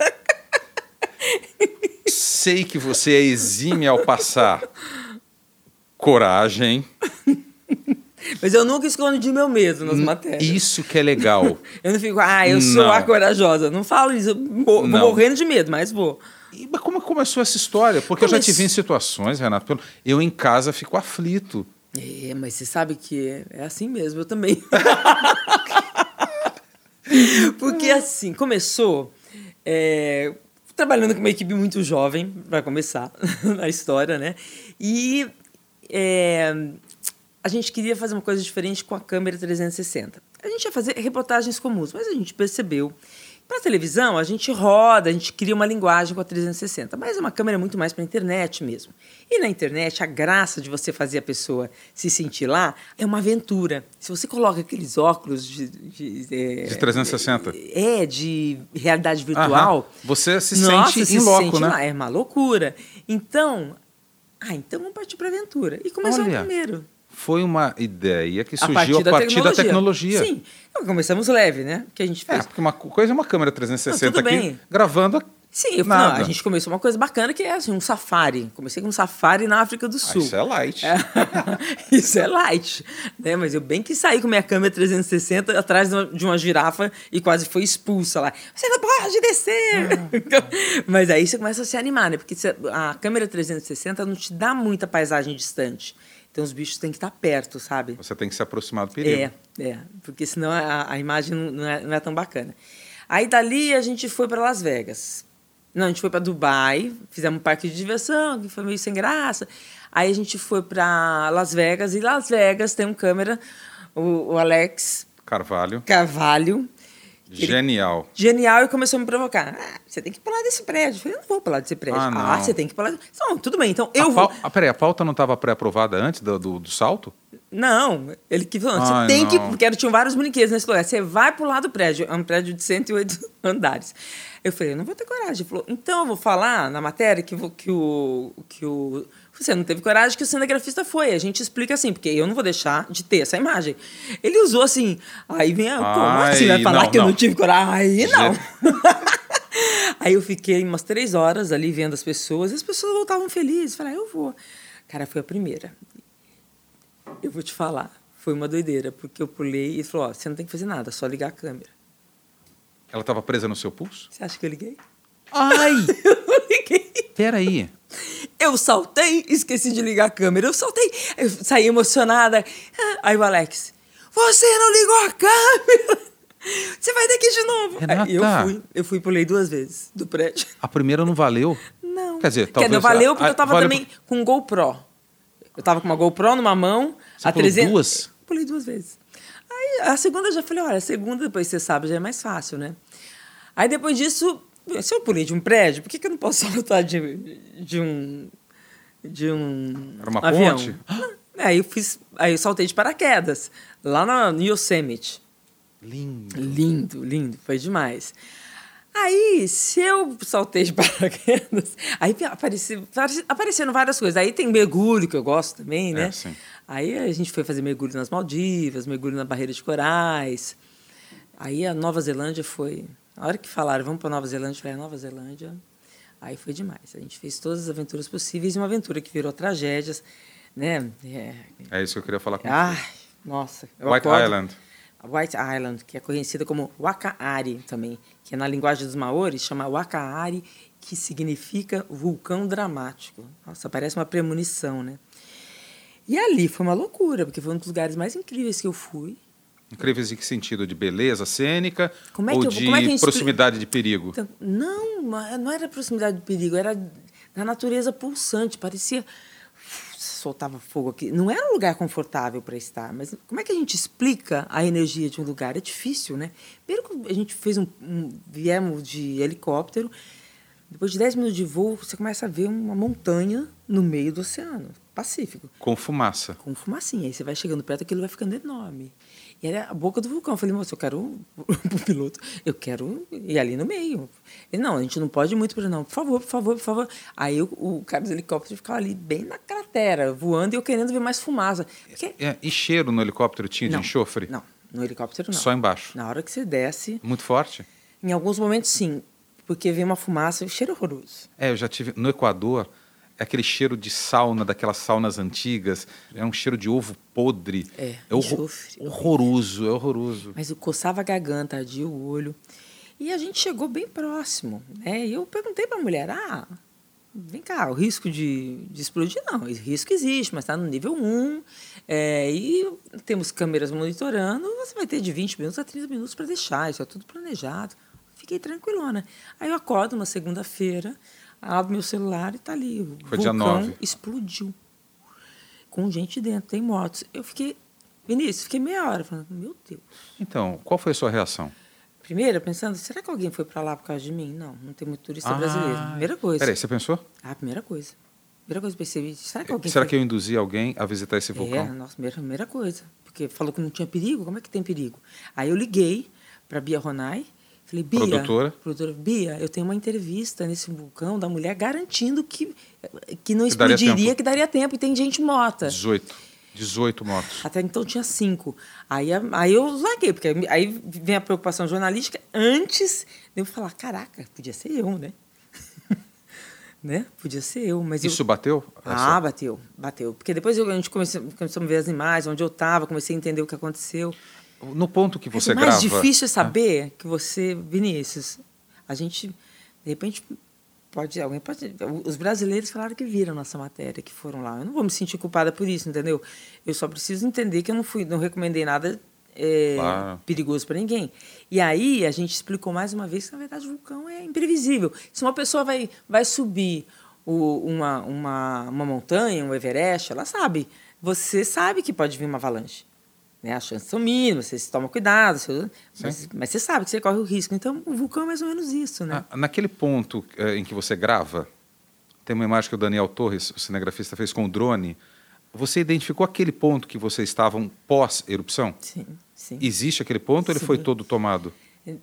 A: sei que você é exime ao passar coragem.
B: Mas eu nunca escondi meu medo nas matérias.
A: Isso que é legal.
B: Eu não fico, ah, eu sou
A: Não.
B: a corajosa. Não falo isso. eu mo- vou
A: Não.
B: morrendo de medo, mas vou.
A: E, mas como começou essa história? Porque eu já
B: Comece-
A: te vi em situações, Renato. pelo- Eu em casa fico aflito.
B: É, mas você sabe que é- é assim mesmo, eu também. (laughs) Porque assim, começou é, trabalhando com uma equipe muito jovem, para começar (laughs) a história, né? E é, a gente queria fazer uma coisa diferente com a câmera 360. A gente ia fazer reportagens comuns, mas a gente percebeu. Para televisão, a gente roda, a gente cria uma linguagem com a 360, mas é uma câmera muito mais para a internet mesmo. E na internet, a graça de você fazer a pessoa se sentir lá é uma aventura. Se você coloca aqueles óculos de. De, é,
A: De 360.
B: é, de realidade virtual.
A: Aham. Você se
B: Nossa,
A: sente
B: se
A: em loco,
B: sente
A: né?
B: lá, É uma loucura. Então, ah, então vamos partir para aventura. E começou
A: Olha,
B: primeiro.
A: Foi uma ideia que surgiu a partir, da, tecnologia.
B: Sim. Então, começamos leve, né? Que a gente
A: É,
B: fez.
A: porque uma co- coisa é uma câmera 360
B: Não, tudo
A: aqui
B: bem.
A: gravando. a-
B: Sim, eu, não,
A: nada.
B: a gente começou uma coisa bacana que é assim, um safari. Comecei com um safari na África do
A: Ah,
B: Sul.
A: isso é light.
B: É, (laughs) isso é light, né? Mas eu bem que saí com minha câmera 360 atrás de uma, de uma girafa e quase foi expulsa lá. Você não pode descer! (laughs) Então, mas aí você começa a se animar, né? Porque você- a câmera 360 não te dá muita paisagem distante. Então os bichos têm que estar perto, sabe?
A: Você tem que se aproximar do perigo.
B: É, é, porque senão a, a imagem não- não é, não é tão bacana. Aí dali a gente foi para Las Vegas. Não, a gente foi para Dubai, fizemos um parque de diversão, que foi meio sem graça. Aí a gente foi para Las Vegas, e Las Vegas tem um câmera, o, o Alex
A: Carvalho,
B: Carvalho,
A: genial.
B: genial, e começou a me provocar. Ah, você tem que pular desse prédio. Eu falei, eu não vou pular desse prédio.
A: Ah, não.
B: Ah, você tem que pular. Então, tudo bem, então eu
A: a
B: vou.
A: pau- ah, peraí, a pauta não estava pré-aprovada antes do, do- do salto?
B: Não, ele que falou, você
A: Ai,
B: tem que.
A: não.
B: Porque era- tinham vários brinquedos nesse lugar. Você vai pro lado do prédio, é um prédio de 108 (laughs) andares. Eu falei, eu não vou ter coragem. Ele falou, então eu vou falar na matéria que, vo- que o. que o. Você não teve coragem que o cinegrafista foi. A gente explica assim, porque eu não vou deixar de ter essa imagem. Ele usou assim. Aí vem a. Como
A: Ai,
B: assim? Vai falar
A: não,
B: que eu
A: não.
B: não tive coragem? Aí não. (laughs) Aí eu fiquei umas três horas ali vendo as pessoas, e as pessoas voltavam felizes. Falei, ah, eu vou. Cara, foi a primeira. Eu vou te falar, foi uma doideira, porque eu pulei e falou: ó, você não tem que fazer nada, é só ligar a câmera.
A: Ela estava presa no seu pulso?
B: Você acha que eu liguei? (laughs)
A: Ai,
B: Eu não liguei.
A: (laughs) peraí.
B: Eu saltei, esqueci de ligar a câmera. Eu saltei, eu saí emocionada. Ah, Aí o Alex, você não ligou a câmera! Você vai daqui de novo!
A: Renata.
B: Aí eu fui, eu fui e pulei duas vezes do prédio.
A: A primeira não valeu?
B: Não.
A: Quer dizer,
B: Quer
A: talvez...
B: dizer, valeu porque
A: Ah,
B: eu tava
A: valeu
B: também com um GoPro. Eu tava com uma GoPro numa mão.
A: Você
B: a
A: pulou
B: 300...
A: duas?
B: Pulei duas vezes. Aí a segunda eu já falei, olha, a segunda depois você sabe, já é mais fácil, né? Aí depois disso, se eu pulei de um prédio, por que, que eu não posso (laughs) saltar de, de um. De um.
A: Era uma
B: avião?
A: ponte?
B: Não, Aí eu fiz. Aí eu saltei de paraquedas, lá na- no Yosemite.
A: por- Lindo.
B: Lindo, lindo, foi demais. Aí, se eu saltei de (laughs) paraquedas, aí apareci- apareci- apareceram várias coisas. Aí tem mergulho, que eu gosto também, né?
A: É, sim.
B: Aí a gente foi fazer mergulho nas Maldivas, mergulho na Barreira de Corais. Aí a Nova Zelândia foi. A hora que falaram, vamos para Nova Zelândia, eu falei, "Ah, Nova Zelândia. Aí foi demais. A gente fez todas as aventuras possíveis e uma aventura que virou tragédias, né? É.
A: É isso que eu queria falar com
B: Ai, nossa. Ah, eu
A: White
B: acordo-
A: Island.
B: a White Island, que é conhecida como Wakaari também, que é na linguagem dos maores chama Wakaari, que significa vulcão dramático. Nossa, parece uma premonição, né? E ali foi uma loucura, porque foi um dos lugares mais incríveis que eu fui.
A: Incríveis em que sentido? De beleza cênica
B: Como é que
A: ou
B: eu-
A: de
B: como é que a gente-
A: proximidade de perigo?
B: Então, não, ma- não era proximidade do perigo, era da natureza pulsante, parecia soltava fogo aqui. Não era um lugar confortável para estar, mas como é que a gente explica a energia de um lugar? É difícil, né? Primeiro que a gente fez um, um viemos de helicóptero, depois de 10 minutos de voo, você começa a ver uma montanha no meio do oceano Pacífico
A: Com fumaça.
B: com fumacinha. Aí você vai chegando perto, aquilo vai ficando enorme. E era a boca do vulcão. Eu falei, moço, eu (laughs) quero o piloto, eu quero ir ali no meio. Ele, não, a gente não pode ir muito para não. Por favor, por favor, por favor. Aí o, o cara dos helicópteros ficava ali bem na cratera, voando e eu querendo ver mais fumaça. Porque...
A: É, e cheiro no helicóptero tinha de
B: Não,
A: enxofre?
B: Não, no helicóptero não.
A: Só embaixo.
B: Na hora que você desce,
A: Muito forte?
B: em alguns momentos sim, porque vem uma fumaça, um cheiro horroroso.
A: É, eu já tive no Equador é aquele cheiro de sauna, daquelas saunas antigas. É um cheiro de ovo podre.
B: É,
A: horro-
B: enxofre.
A: horroroso, é horroroso.
B: Mas eu coçava a garganta, ardia o olho. E a gente chegou bem próximo, né? E eu perguntei para a mulher, ah, vem cá, o risco de, de explodir não. Esse risco existe, mas está no nível 1. é, e temos câmeras monitorando, você vai ter de 20 minutos a 30 minutos para deixar, isso é tudo planejado. Fiquei tranquilona. Aí eu acordo uma segunda-feira, abro meu celular e tá ali. O
A: Foi dia
B: vulcão
A: 9.
B: explodiu com gente dentro, tem mortos. Eu fiquei, Vinícius, fiquei meia hora falando, meu Deus.
A: Então, qual foi a sua reação?
B: Primeiro, pensando, será que alguém foi pra lá por causa de mim? Não, não tem muito turista
A: Ah,
B: é brasileiro. Primeira coisa.
A: Peraí, você pensou?
B: Ah, primeira coisa. Primeira coisa que percebi, será que alguém
A: Será que
B: foi...
A: eu induzi alguém a visitar esse
B: É,
A: vulcão?
B: nossa, primeira, primeira coisa. Porque falou que não tinha perigo, como é que tem perigo? Aí eu liguei pra Bia Ronai, falei, Bia...
A: Produtora.
B: Produtora, Bia, eu tenho uma entrevista nesse vulcão da mulher garantindo que, que não
A: Que daria
B: explodiria,
A: tempo.
B: que daria tempo, e tem gente morta.
A: 18. 18 mortos.
B: Até então tinha cinco. Aí, a- aí eu larguei, porque aí vem a preocupação jornalística antes de eu falar: caraca, podia ser eu, né? (laughs) né? Podia ser eu, mas eu-
A: Isso bateu?
B: Ah, bateu, bateu. Porque depois eu- a gente começou, começamos a ver as imagens, onde eu estava, comecei a entender o que aconteceu.
A: Essa- No ponto que
B: Mas
A: você
B: o mais
A: grava. Ah.
B: difícil é saber que você, Vinícius, a gente, de repente, pode, alguém pode. Os brasileiros falaram que viram nossa matéria, que foram lá. Eu não vou me sentir culpada por isso, entendeu? Eu só preciso entender que eu não fui, não recomendei nada é,
A: Claro.
B: perigoso para ninguém. E aí a gente explicou mais uma vez que, na verdade, o vulcão é imprevisível. Se uma pessoa vai, vai subir o- uma, uma, uma montanha, um Everest, ela sabe. Você sabe que pode vir uma avalanche. Né? As chances são mínimas, você se toma cuidado, você- mas, mas você sabe que você corre o risco. Então, o vulcão é mais ou menos isso, né?
A: Ah, naquele ponto eh, em que você grava, tem uma imagem que o Daniel Torres, o cinegrafista, fez com o drone. Você identificou aquele ponto que vocês estavam pós-erupção?
B: Sim, sim.
A: Existe aquele ponto ou ele
B: Sim.
A: foi todo tomado?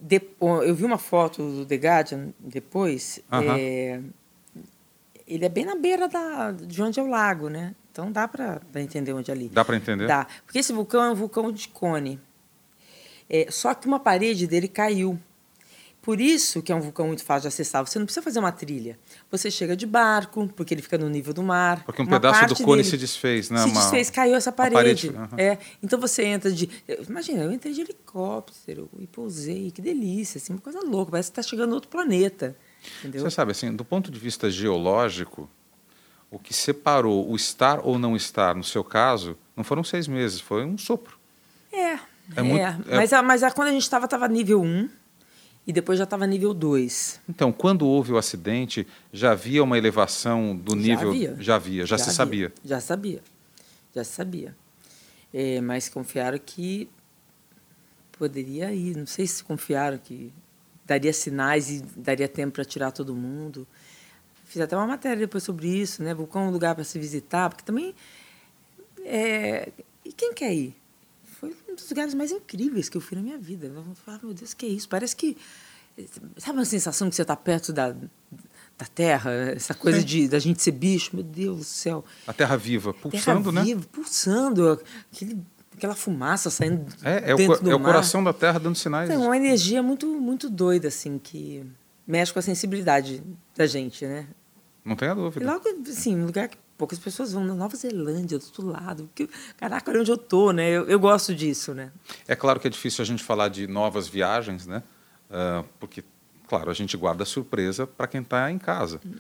B: Depo- eu vi uma foto do The Guardian depois.
A: Aham.
B: é, ele é bem na beira da, de onde é o lago, né? Então dá para entender onde é ali.
A: Dá para entender?
B: Dá. Porque esse vulcão é um vulcão de cone. É, só que uma parede dele caiu. Por isso que é um vulcão muito fácil de acessar. Você não precisa fazer uma trilha. Você chega de barco, porque ele fica no nível do mar.
A: Porque um
B: Uma
A: pedaço do
B: parte
A: cone
B: dele
A: se desfez, né?
B: Se
A: Uma-
B: desfez, caiu essa
A: uma parede,
B: parede.
A: aham.
B: É. Então você entra de. eu- Imagina, eu entrei de helicóptero e pousei. Que delícia, assim, uma coisa louca. Parece que está chegando em outro planeta. Entendeu?
A: Você sabe, assim, do ponto de vista geológico, o que separou o estar ou não estar, no seu caso, não foram seis meses, foi um sopro.
B: É.
A: É
B: é,
A: muito- é-
B: Mas, a- mas a- quando a gente estava, estava nível 1 e depois já estava nível 2.
A: Então, quando houve o acidente, já havia uma elevação do nível.
B: havia.
A: já havia, já, se
B: havia,
A: sabia.
B: Já sabia. Já se sabia. É, mas confiaram que poderia ir. Não sei se confiaram que daria sinais e daria tempo para tirar todo mundo. Fiz até uma matéria depois sobre isso, né? Vulcão é um lugar para se visitar, porque também. é, E quem quer ir? Foi um dos lugares mais incríveis que eu fui na minha vida. Eu falava, meu Deus, que é isso? Parece que. Sabe uma sensação que você está perto da, da terra? Essa coisa de, da gente ser bicho? Meu Deus do céu.
A: A terra viva,
B: Terra
A: pulsando, né?
B: viva, Pulsando, aquele, aquela fumaça saindo
A: É, é o,
B: dentro
A: co-
B: do
A: é o
B: mar.
A: coração da terra dando sinais.
B: É uma energia muito, muito doida, assim, que mexe com a sensibilidade da gente, né?
A: Não tenha
B: E
A: dúvida.
B: logo, assim, um lugar que poucas pessoas vão, na Nova Zelândia, do outro lado. Porque, caraca, olha onde eu tô, né? Eu, eu gosto disso, né?
A: É claro que é difícil a gente falar de novas viagens, né? Ah, porque, claro, a gente guarda surpresa para quem está em casa.
B: Hum.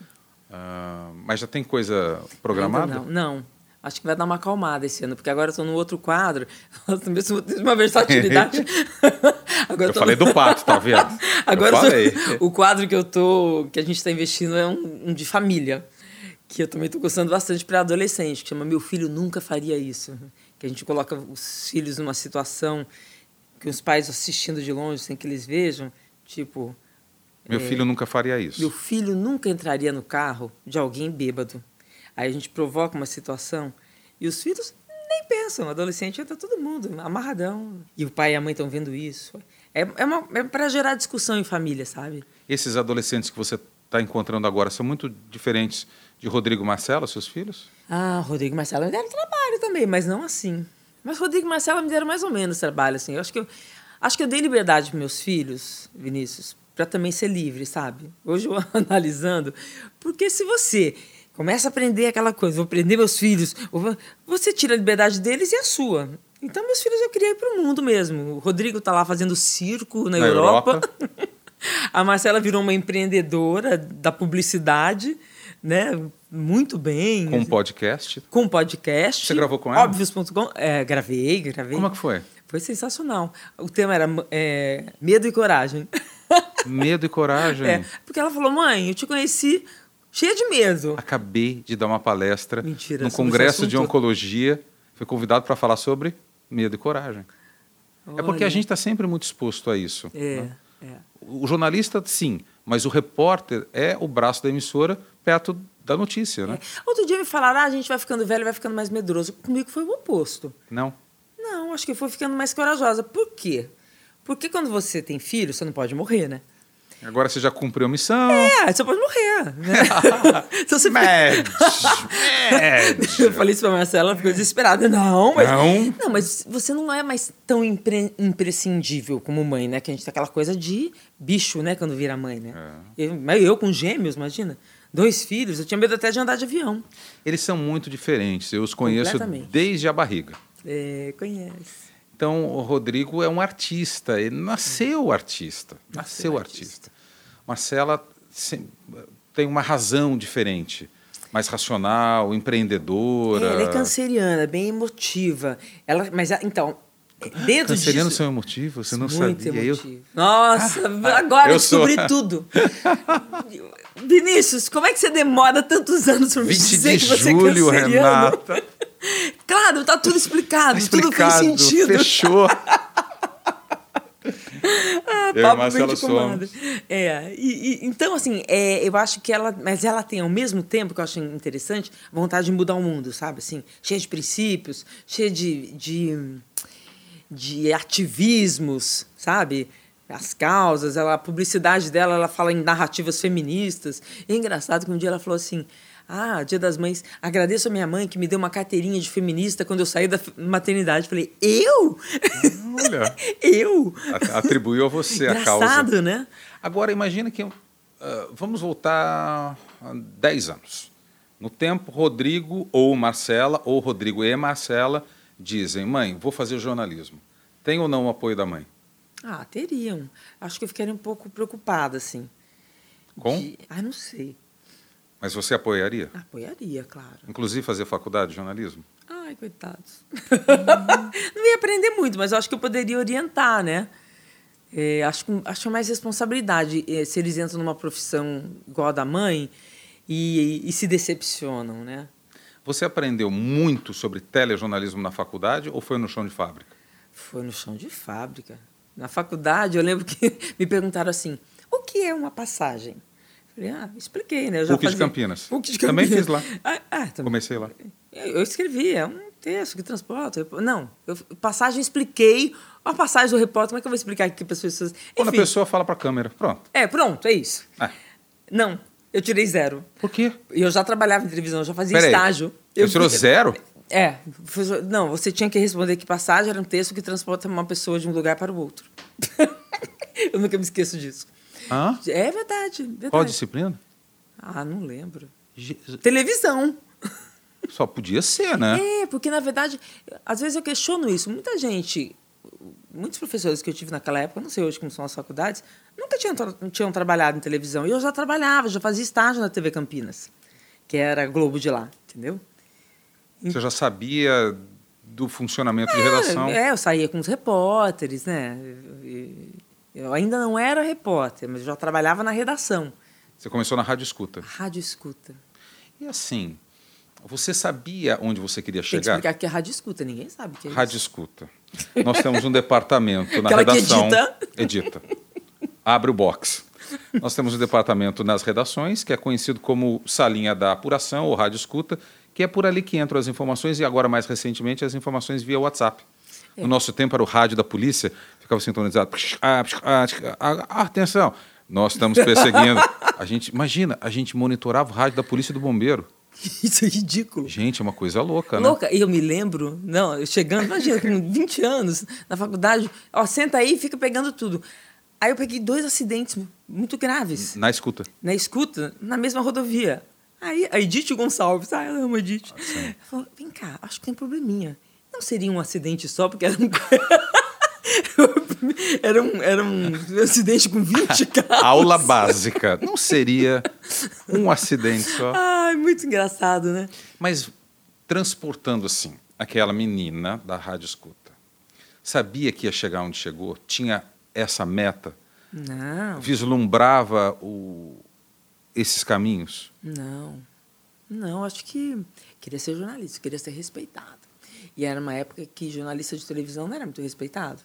A: Ah, mas já tem coisa programada?
B: Ainda Não, não. Acho que vai dar uma acalmada esse ano, porque agora eu estou num outro quadro. (laughs) Eu também sou- tenho uma
A: (laughs)
B: versatilidade. Agora
A: Eu
B: tô-
A: falei do pato, tá
B: (laughs)
A: vendo? Eu
B: Agora eu sou-
A: falei.
B: o quadro que eu tô, que a gente está investindo é um, um de família, que eu também estou gostando bastante para adolescente, que chama Meu Filho Nunca Faria Isso. Que a gente coloca os filhos numa situação que os pais assistindo de longe, sem que eles vejam, tipo,
A: Meu filho nunca faria isso.
B: meu filho nunca entraria no carro de alguém bêbado. Aí a gente provoca uma situação e os filhos nem pensam. Adolescente entra todo mundo, amarradão. E o pai e a mãe estão vendo isso. É, é, uma- é para gerar discussão em família, sabe?
A: Esses adolescentes que você está encontrando agora são muito diferentes de Rodrigo Marcelo, seus filhos?
B: Ah, Rodrigo e Marcela me deram trabalho também, mas não assim. Mas Rodrigo e Marcela me deram mais ou menos trabalho, assim. Eu acho que eu, acho que eu dei liberdade para meus filhos, Vinícius, para também ser livre, sabe? Hoje eu (laughs) analisando, porque se você começa a aprender aquela coisa, vou prender meus filhos, ou vou- você tira a liberdade deles e a sua. Então, meus filhos eu criei para o mundo mesmo. O Rodrigo está lá fazendo circo na,
A: Na Europa.
B: Europa. (laughs) A Marcela virou uma empreendedora da publicidade, né? Muito bem
A: Com um podcast?
B: com podcast.
A: Você gravou com ela?
B: Óbvios.com. É, gravei, gravei.
A: Como é que foi?
B: Foi sensacional. O tema era é, medo e coragem.
A: Medo e coragem.
B: (laughs) É, porque ela falou, mãe, eu te conheci cheia de medo.
A: Acabei de dar uma palestra
B: Mentira,
A: no
B: sobre esse
A: Congresso de
B: assunto?
A: Oncologia. Fui convidado para falar sobre medo e coragem. É porque a
B: Olha.
A: gente está sempre muito exposto a isso.
B: É,
A: né?
B: é.
A: O jornalista, sim, mas o repórter é o braço da emissora perto da notícia, né?
B: Outro dia me falaram, ah, a gente vai ficando velho, vai ficando mais medroso. Comigo foi o oposto.
A: Não.
B: Não, acho que eu fui ficando mais corajosa. Por quê? Porque quando você tem filho, você não pode morrer, né?
A: Agora você já cumpriu a missão.
B: É, você pode morrer. Né?
A: (laughs)
B: (laughs) então você (laughs)
A: Médio, É,
B: Eu falei isso pra Marcela, ela ficou desesperada. Não, mas.
A: Não?
B: Não, mas você não é mais tão impre- imprescindível como mãe, né? Que a gente tem aquela coisa de bicho, né? Quando vira mãe, né? Eu, mas eu com gêmeos, imagina. Dois filhos, eu tinha medo até de andar de avião.
A: Eles são muito diferentes. Eu os conheço
B: Completamente.
A: desde a barriga.
B: É, conhece.
A: Então, o Rodrigo é um artista. Ele nasceu artista. Nasceu,
B: Nasceu
A: artista. Marcela se- tem uma razão diferente. Mais racional, empreendedora.
B: É, ela é canceriana, bem emotiva. Ela, mas, a- então, dentro
A: Cancerianos
B: disso...
A: são emotivos, você não
B: muito
A: sabia. Eu- Ah,
B: emotivo. Nossa, agora
A: eu
B: eu descobri
A: sou.
B: tudo. Vinícius, como é que você demora tantos anos para me
A: 20
B: dizer
A: de
B: que você
A: julho,
B: é canceriano?
A: Renata.
B: Claro, tá tudo explicado,
A: Tá
B: tudo fez
A: explicado,
B: sentido.
A: fechou.
B: (laughs) Ah,
A: Eu e
B: papo
A: Marcela
B: bem de comadre. É, e, e, então, assim, é, eu acho que ela. Mas ela tem, ao mesmo tempo que eu acho interessante, vontade de mudar o mundo, sabe? Assim, cheia de princípios, cheia de, de, de ativismos, sabe? As causas, ela, a publicidade dela, ela fala em narrativas feministas. E é engraçado que um dia ela falou assim. Ah, Dia das Mães, agradeço a minha mãe que me deu uma carteirinha de feminista quando eu saí da maternidade. Falei, eu?
A: Olha.
B: (laughs) eu?
A: Atribuiu a (laughs) você a causa.
B: Engraçado, né?
A: Agora, imagina que. Uh, vamos voltar a 10 anos. No tempo, Rodrigo ou Marcela, ou Rodrigo e Marcela, dizem: mãe, vou fazer jornalismo. Tem ou não o apoio da mãe?
B: Ah, teriam. Acho que eu ficaria um pouco preocupada, assim.
A: Com?
B: De... Ah, não sei.
A: Mas você apoiaria?
B: Apoiaria, claro.
A: Inclusive fazer faculdade de jornalismo?
B: Ai, coitados.
A: Hum.
B: (laughs) não ia aprender muito, mas eu acho que eu poderia orientar, né? É, acho, acho que é mais responsabilidade é, se eles entram numa profissão igual a da mãe e, e, e se decepcionam, né?
A: Você aprendeu muito sobre telejornalismo na faculdade ou foi no chão de fábrica?
B: Foi no chão de fábrica. Na faculdade, eu lembro que (laughs) me perguntaram assim: o que é uma passagem? Falei, ah, expliquei, né? Eu
A: PUC de Campinas.
B: PUC de
A: Também
B: Campinas.
A: fiz lá.
B: Ah, ah, também.
A: Comecei lá.
B: Eu eu escrevi, é um texto que transporta. Eu- Não, eu, passagem, expliquei. A passagem do repórter, como é que eu vou explicar aqui para as pessoas?
A: Quando
B: Enfim,
A: a pessoa fala para a câmera, pronto.
B: É, pronto, é isso.
A: Ah,
B: Não, eu tirei zero.
A: por quê?
B: E eu já trabalhava em televisão, eu já fazia
A: Peraí,
B: estágio.
A: Você tirou zero?
B: É. foi- Não, você tinha que responder que passagem era um texto que transporta uma pessoa de um lugar para o outro. (laughs) eu nunca me esqueço disso.
A: Hã?
B: É verdade, verdade.
A: Qual a disciplina?
B: Ah, não lembro.
A: Je-
B: Televisão.
A: Só podia ser, né?
B: É, porque na verdade, às vezes eu questiono isso. Muita gente, muitos professores que eu tive naquela época, não sei hoje como são as faculdades, nunca tinham, tra- tinham trabalhado em televisão. E eu já trabalhava, já fazia estágio na TV Campinas, que era a Globo de lá, entendeu?
A: Você já sabia do funcionamento de
B: É,
A: redação.
B: É, eu saía com os repórteres, né? E- Eu ainda não era repórter, mas eu já trabalhava na redação.
A: Você começou na rádio escuta.
B: Rádio escuta.
A: E assim, você sabia onde você queria
B: Tem que
A: chegar?
B: explicar que é rádio escuta, ninguém sabe o que é
A: Rádio escuta. Nós temos um departamento na
B: Aquela que
A: redação.
B: edita?
A: edita. Abre o box. Nós temos um departamento nas redações, que é conhecido como salinha da apuração ou rádio escuta, que é por ali que entram as informações e agora, mais recentemente, as informações via WhatsApp.
B: É.
A: No nosso tempo era o rádio da polícia, ficava sintonizado. Ah, ah, ah, ah, atenção, nós estamos perseguindo. A gente, imagina, a gente monitorava o rádio da polícia e do bombeiro.
B: isso. (laughs) Isso é ridículo.
A: Gente, é uma coisa louca, né?
B: Louca, e eu me lembro, não, eu chegando, imagina, com 20 anos na faculdade, ó, senta aí e fica pegando tudo. Aí eu peguei dois acidentes muito graves
A: Na escuta.
B: na escuta, na mesma rodovia. Aí a Edith Gonçalves, ah, eu amo a Edith. Ela falou, vem cá, acho que tem um probleminha. Não seria um acidente só, porque era um. (laughs) era, um era um acidente
A: (laughs)
B: com 20 carros.
A: Aula básica. Não seria um acidente só.
B: Ai, muito engraçado, né?
A: Mas transportando assim, aquela menina da rádio escuta, sabia que ia chegar onde chegou, tinha essa meta,
B: Não,
A: vislumbrava o- esses caminhos.
B: não. Não, acho que queria ser jornalista, queria ser respeitado. E era uma época que jornalista de televisão não era muito respeitado.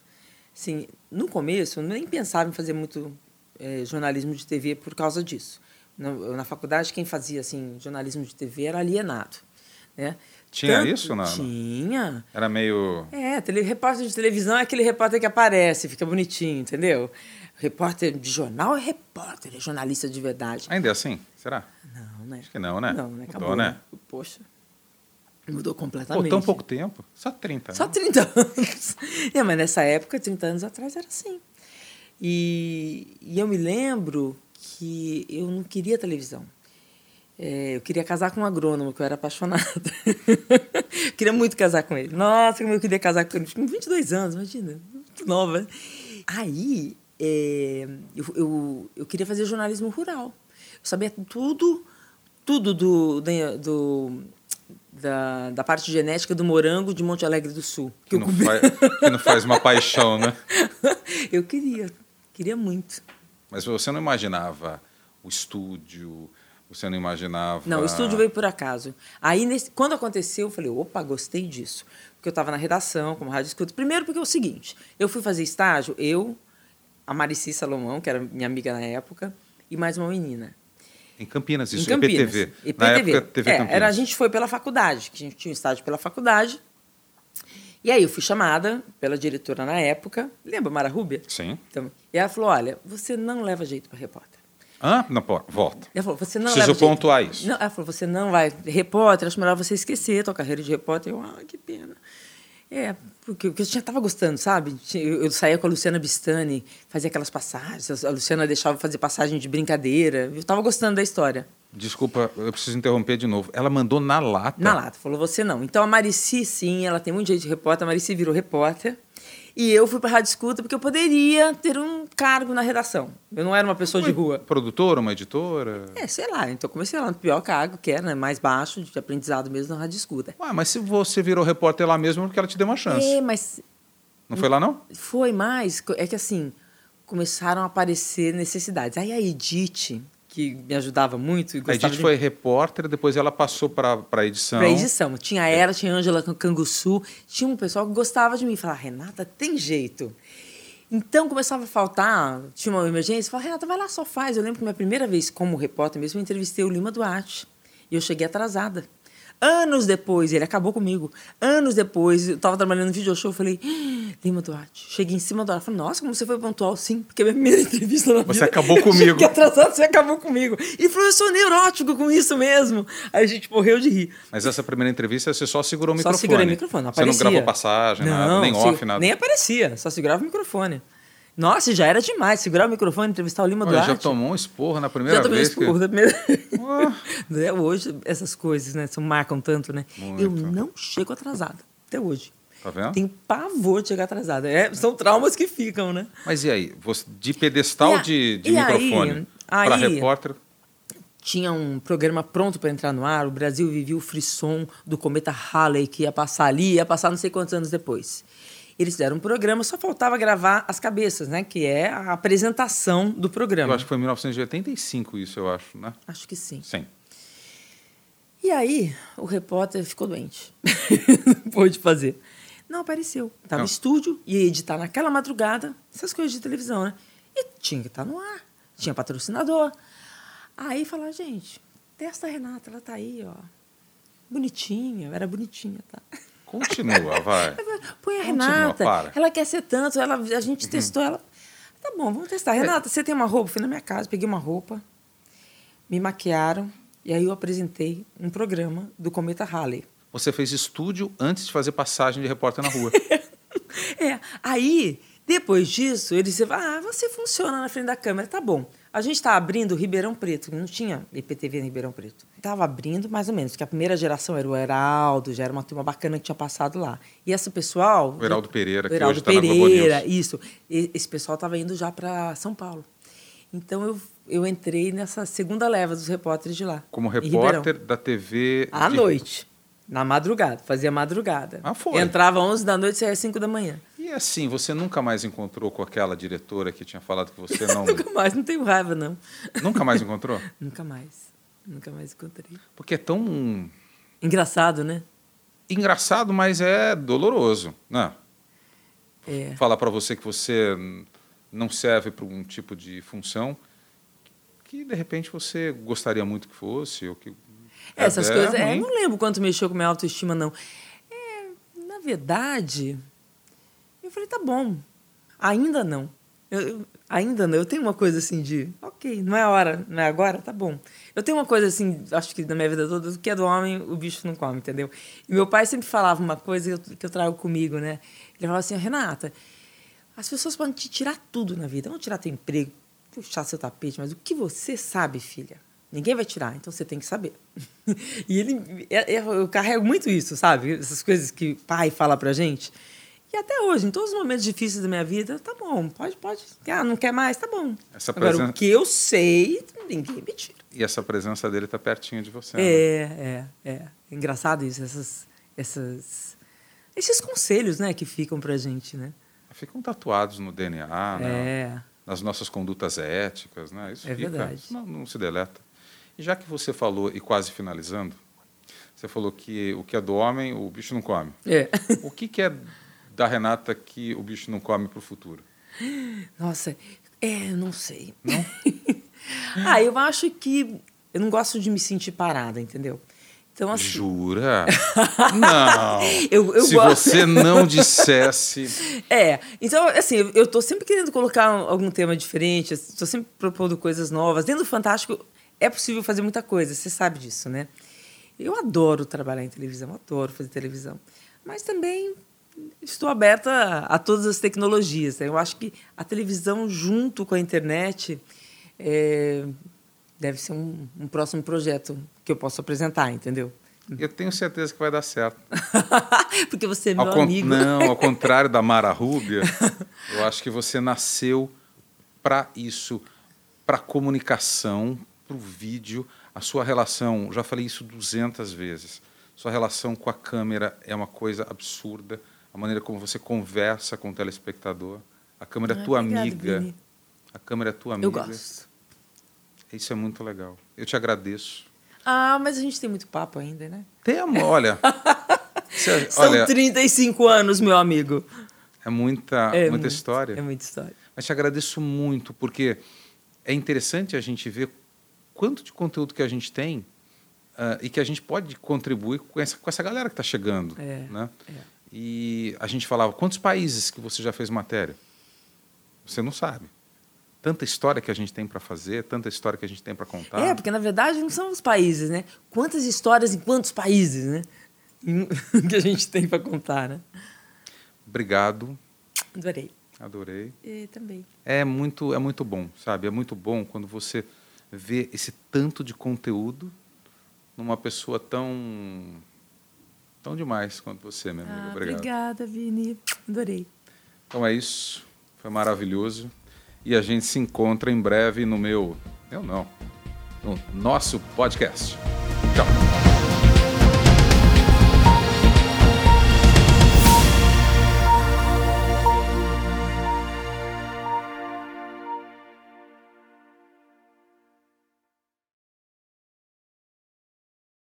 B: Assim, no começo, eu nem pensava em fazer muito eh, jornalismo de TV por causa disso. Na, eu, na faculdade, quem fazia assim jornalismo de TV era alienado. Né?
A: Tinha isso, Nana?
B: Tinha.
A: Era meio.
B: É, tele, repórter de televisão é aquele repórter que aparece, fica bonitinho, entendeu? Repórter de jornal é repórter, é jornalista de verdade.
A: Ainda é assim? Será?
B: Não, né?
A: Acho que não, né?
B: Não, né?
A: Mudou,
B: Acabou,
A: né?
B: Poxa. Mudou completamente.
A: Pô, tão pouco né? tempo? Só 30.
B: Só
A: né?
B: 30 anos. (laughs) É, mas nessa época, 30 anos atrás, era assim. E, e eu me lembro que eu não queria televisão. É, eu queria casar com um agrônomo, que eu era apaixonada. (laughs) queria muito casar com ele. Nossa, como eu queria casar com ele. Com 22 anos, imagina. Muito nova. Aí, é, eu, eu, eu queria fazer jornalismo rural. Eu sabia tudo, tudo do, da- do, da, da parte genética do morango de Monte Alegre do Sul.
A: Que,
B: eu
A: não
B: comi.
A: faz, que não faz uma paixão, né?
B: (laughs) eu queria, queria muito.
A: Mas você não imaginava o estúdio, você não imaginava.
B: Não, o estúdio veio por acaso. Aí, nesse- quando aconteceu, eu falei, opa, gostei disso. Porque eu estava na redação, como rádio escuta. Primeiro porque é o seguinte, eu fui fazer estágio, eu, a Marici Salomão, que era minha amiga na época, e mais uma menina.
A: Em Campinas, isso,
B: em Campinas.
A: EPTV.
B: EPTV.
A: Na época, TV
B: é,
A: Campinas.
B: Era, a gente foi pela faculdade, que a gente tinha um estágio pela faculdade. E aí eu fui chamada pela diretora na época, lembra Mara Rúbia?
A: Sim.
B: Então, e ela falou, olha, você não leva jeito para repórter.
A: Ah, não, pô, volta.
B: Ela falou, você não
A: Preciso
B: leva jeito-
A: pontuar isso.
B: Não, ela falou, você não vai... Repórter, acho melhor você esquecer a tua carreira de repórter. Eu, ah, que pena. É, porque eu já estava gostando, sabe? Eu, eu saía com a Luciana Bistani, fazia aquelas passagens. A Luciana deixava eu fazer passagem de brincadeira. Eu estava gostando da história.
A: Desculpa, eu preciso interromper de novo. Ela mandou na lata.
B: Na lata, falou você não. Então a Marici, sim, ela tem muito jeito de repórter. A Marici virou repórter. E eu fui para a Rádio Escuta porque eu poderia ter um cargo na redação. Eu não era uma pessoa de rua.
A: Produtora, uma editora.
B: É, sei lá. Então comecei lá no pior cargo, que era né, mais baixo, de aprendizado mesmo na Rádio Escuta.
A: Ué, mas se você virou repórter lá mesmo, é porque ela te deu uma chance.
B: É, mas
A: Não foi lá, não?
B: foi mais. co- É que assim, começaram a aparecer necessidades. Aí a Edith, que me ajudava muito e
A: A
B: gostava
A: Edith
B: de-
A: foi repórter, depois ela passou para a edição.
B: Pra edição. Tinha
A: É.
B: ela, tinha Ângela Can- Canguçu, tinha um pessoal que gostava de mim. Falava, Renata, tem jeito. Então começava a faltar, tinha uma emergência, falava, Renata, vai lá, só faz. Eu lembro que minha primeira vez como repórter mesmo, eu entrevistei o Lima Duarte. E eu cheguei atrasada. Anos depois, ele acabou comigo. Anos depois, eu estava trabalhando no video show, eu falei, "Ah, Lima Duarte. Cheguei em cima da hora, falei, nossa, como você foi pontual, sim, porque a minha primeira (laughs) entrevista na
A: Você
B: vida,
A: acabou
B: eu
A: comigo.
B: (laughs) cheguei atrasada, você acabou comigo. E falou, eu sou neurótico com isso mesmo. Aí a gente morreu de rir.
A: Mas essa primeira entrevista você só segurou o
B: Só
A: microfone.
B: segurei o microfone, não
A: Você
B: aparecia.
A: não gravou passagem, nada,
B: Não,
A: nem
B: se-
A: off, nada.
B: Nem aparecia, só segurava o microfone. Nossa, já era demais, segurar o microfone, entrevistar o Lima
A: Olha,
B: Duarte.
A: já tomou um esporro na primeira
B: Já tomei um
A: vez. que-
B: esporro da primeira- (laughs)
A: Ué.
B: Né, Hoje, essas coisas, né, são marcam tanto, né?
A: Muito.
B: Eu não chego atrasada, até hoje.
A: Tá vendo?
B: Tenho pavor de chegar atrasada. É, são traumas que ficam, né?
A: Mas e aí? Você- De pedestal
B: E a-
A: de, de
B: e
A: microfone
B: aí?
A: para
B: Aí-
A: repórter.
B: tinha um programa pronto para entrar no ar, o Brasil vivia o frisson do cometa Halley que ia passar ali, ia passar não sei quantos anos depois. Eles fizeram um programa, só faltava gravar as cabeças, né, que é a apresentação do
A: Eu
B: programa.
A: acho que foi em 1985 isso, eu acho, né?
B: Acho que sim.
A: Sim.
B: E aí, o repórter ficou doente. não pôde fazer. Não apareceu. Estava
A: Não.
B: no estúdio, ia editar naquela madrugada, essas coisas de televisão, né? E tinha que estar no ar, tinha patrocinador. Aí falar, gente, testa a Renata, ela tá aí, ó. Bonitinha, eu era bonitinha, tá? (laughs)
A: Continua, vai.
B: Põe
A: Continua,
B: a é Renata,
A: para.
B: ela quer ser tanto, ela, a gente testou ela. Tá bom, vamos testar. Renata, você tem uma roupa? Fui na minha casa, peguei uma roupa, me maquiaram, e aí eu apresentei um programa do Cometa Halley.
A: Você fez estúdio antes de fazer passagem de repórter na
B: (laughs)
A: rua.
B: É, aí, depois disso, eles disseram, ah, você funciona na frente da câmera, tá bom. A gente está abrindo Ribeirão Preto, não tinha IPTV em Ribeirão Preto. Estava abrindo, mais ou menos, porque a primeira geração era o Heraldo, já era uma turma bacana que tinha passado lá. E esse pessoal...
A: O Heraldo Pereira, que
B: O Heraldo
A: hoje tá na Globo
B: Pereira,
A: News.
B: isso. E- Esse pessoal estava indo já para São Paulo. Então, eu, eu entrei nessa segunda leva dos repórteres de lá.
A: Como
B: em Ribeirão.
A: repórter da TV.
B: À
A: de-
B: noite. Na madrugada, fazia madrugada.
A: Ah, foi.
B: Entrava 11 da noite, saía 5 da manhã.
A: E assim, você nunca mais encontrou com aquela diretora que tinha falado que
B: (laughs)
A: você não.
B: Nunca mais, não tenho raiva, não. (laughs)
A: nunca mais encontrou?
B: Nunca mais. Nunca mais encontrei.
A: Porque é tão
B: Engraçado, né?
A: engraçado, mas é doloroso, né?
B: É.
A: Falar para você que você hum, não serve para um tipo de função que de repente você gostaria muito que fosse, ou que
B: Essas
A: é
B: coisas. É,
A: ruim.
B: não lembro quanto mexeu com minha autoestima, não. É, na verdade, eu falei, tá bom. Ainda não. Eu- eu- ainda não. Eu tenho uma coisa assim de, ok, não é a hora, não é agora, tá bom. Eu tenho uma coisa assim, acho que na minha vida toda, o que é do homem, o bicho não come, entendeu? E meu pai sempre falava uma coisa que eu, que eu trago comigo, né? Ele falava assim, Renata, as pessoas podem te tirar tudo na vida. Vão tirar teu emprego, puxar seu tapete, mas o que você sabe, filha? Ninguém vai tirar, então você tem que saber. (laughs) e ele, é- é- eu carrego muito isso, sabe? Essas coisas que pai fala pra gente. E até hoje, em todos os momentos difíceis da minha vida, tá bom, pode, pode. Ah, não quer mais, tá bom.
A: Essa
B: Agora,
A: presen-
B: o que eu sei, ninguém me tira.
A: E essa presença dele está pertinho de você. né?
B: É, é, é. É Engraçado isso, essas, essas, esses conselhos, né, que ficam pra gente, né?
A: Ficam tatuados no DNA, né?
B: É.
A: nas nossas condutas éticas, né? Isso
B: É
A: fica,
B: verdade.
A: isso não, não se deleta. E já que você falou, e quase finalizando, você falou que o que é do homem, o bicho não come.
B: É.
A: O que, que é da Renata que o bicho não come para o futuro?
B: Nossa, é, eu não sei. Não? (laughs) ah, eu acho que. Eu não gosto de me sentir parada, entendeu? Então, assim. (laughs)
A: Jura? não.
B: Eu, eu
A: Se
B: gosto.
A: você não dissesse.
B: É, então, assim, eu- eu tô sempre querendo colocar algum tema diferente, estou sempre propondo coisas novas. Dentro do Fantástico é possível fazer muita coisa, você sabe disso, né? Eu adoro trabalhar em televisão, adoro fazer televisão. Mas também estou aberta a, a todas as tecnologias. né? Eu acho que a televisão, junto com a internet, é, deve ser um, um próximo projeto que eu posso apresentar, entendeu? (laughs)
A: Eu tenho certeza que vai dar certo.
B: Porque você é meu
A: Ao con-
B: amigo.
A: Não,
B: (laughs)
A: ao contrário da Mara Rúbia, eu acho que você nasceu para isso, para comunicação, para o vídeo. A sua relação, já falei isso 200 vezes, sua relação com a câmera é uma coisa absurda. A maneira como você conversa com o telespectador. A câmera é
B: Ah,
A: tua
B: obrigada,
A: amiga.
B: Vini.
A: A câmera é tua amiga.
B: Eu gosto.
A: Isso é muito legal. Eu te agradeço.
B: Ah, mas a gente tem muito papo ainda, né?
A: Temo,
B: (laughs)
A: olha. Você-
B: São
A: olha,
B: 35 anos, meu amigo.
A: é muita,
B: É
A: muita história.
B: É muita história.
A: Mas te agradeço muito, porque é interessante a gente ver quanto de conteúdo que a gente tem ah, e que a gente pode contribuir com essa, com essa galera que está chegando.
B: É,
A: né?
B: é.
A: E a gente falava, quantos países que você já fez matéria? Você não sabe. Tanta história que a gente tem para fazer, tanta história que a gente tem para contar.
B: É, porque na verdade não são os países, né? Quantas histórias em quantos países, né? (laughs) que a gente tem pra contar, né?
A: Obrigado,
B: Adorei.
A: adorei.
B: E também.
A: É muito, é muito bom, sabe? É muito bom quando você vê esse tanto de conteúdo numa pessoa tão tão demais quanto você, minha amiga. Obrigado.
B: Ah, obrigada, Vini. Adorei.
A: Então é isso. Foi maravilhoso. E a gente se encontra em breve no meu, eu não, no nosso podcast. Tchau.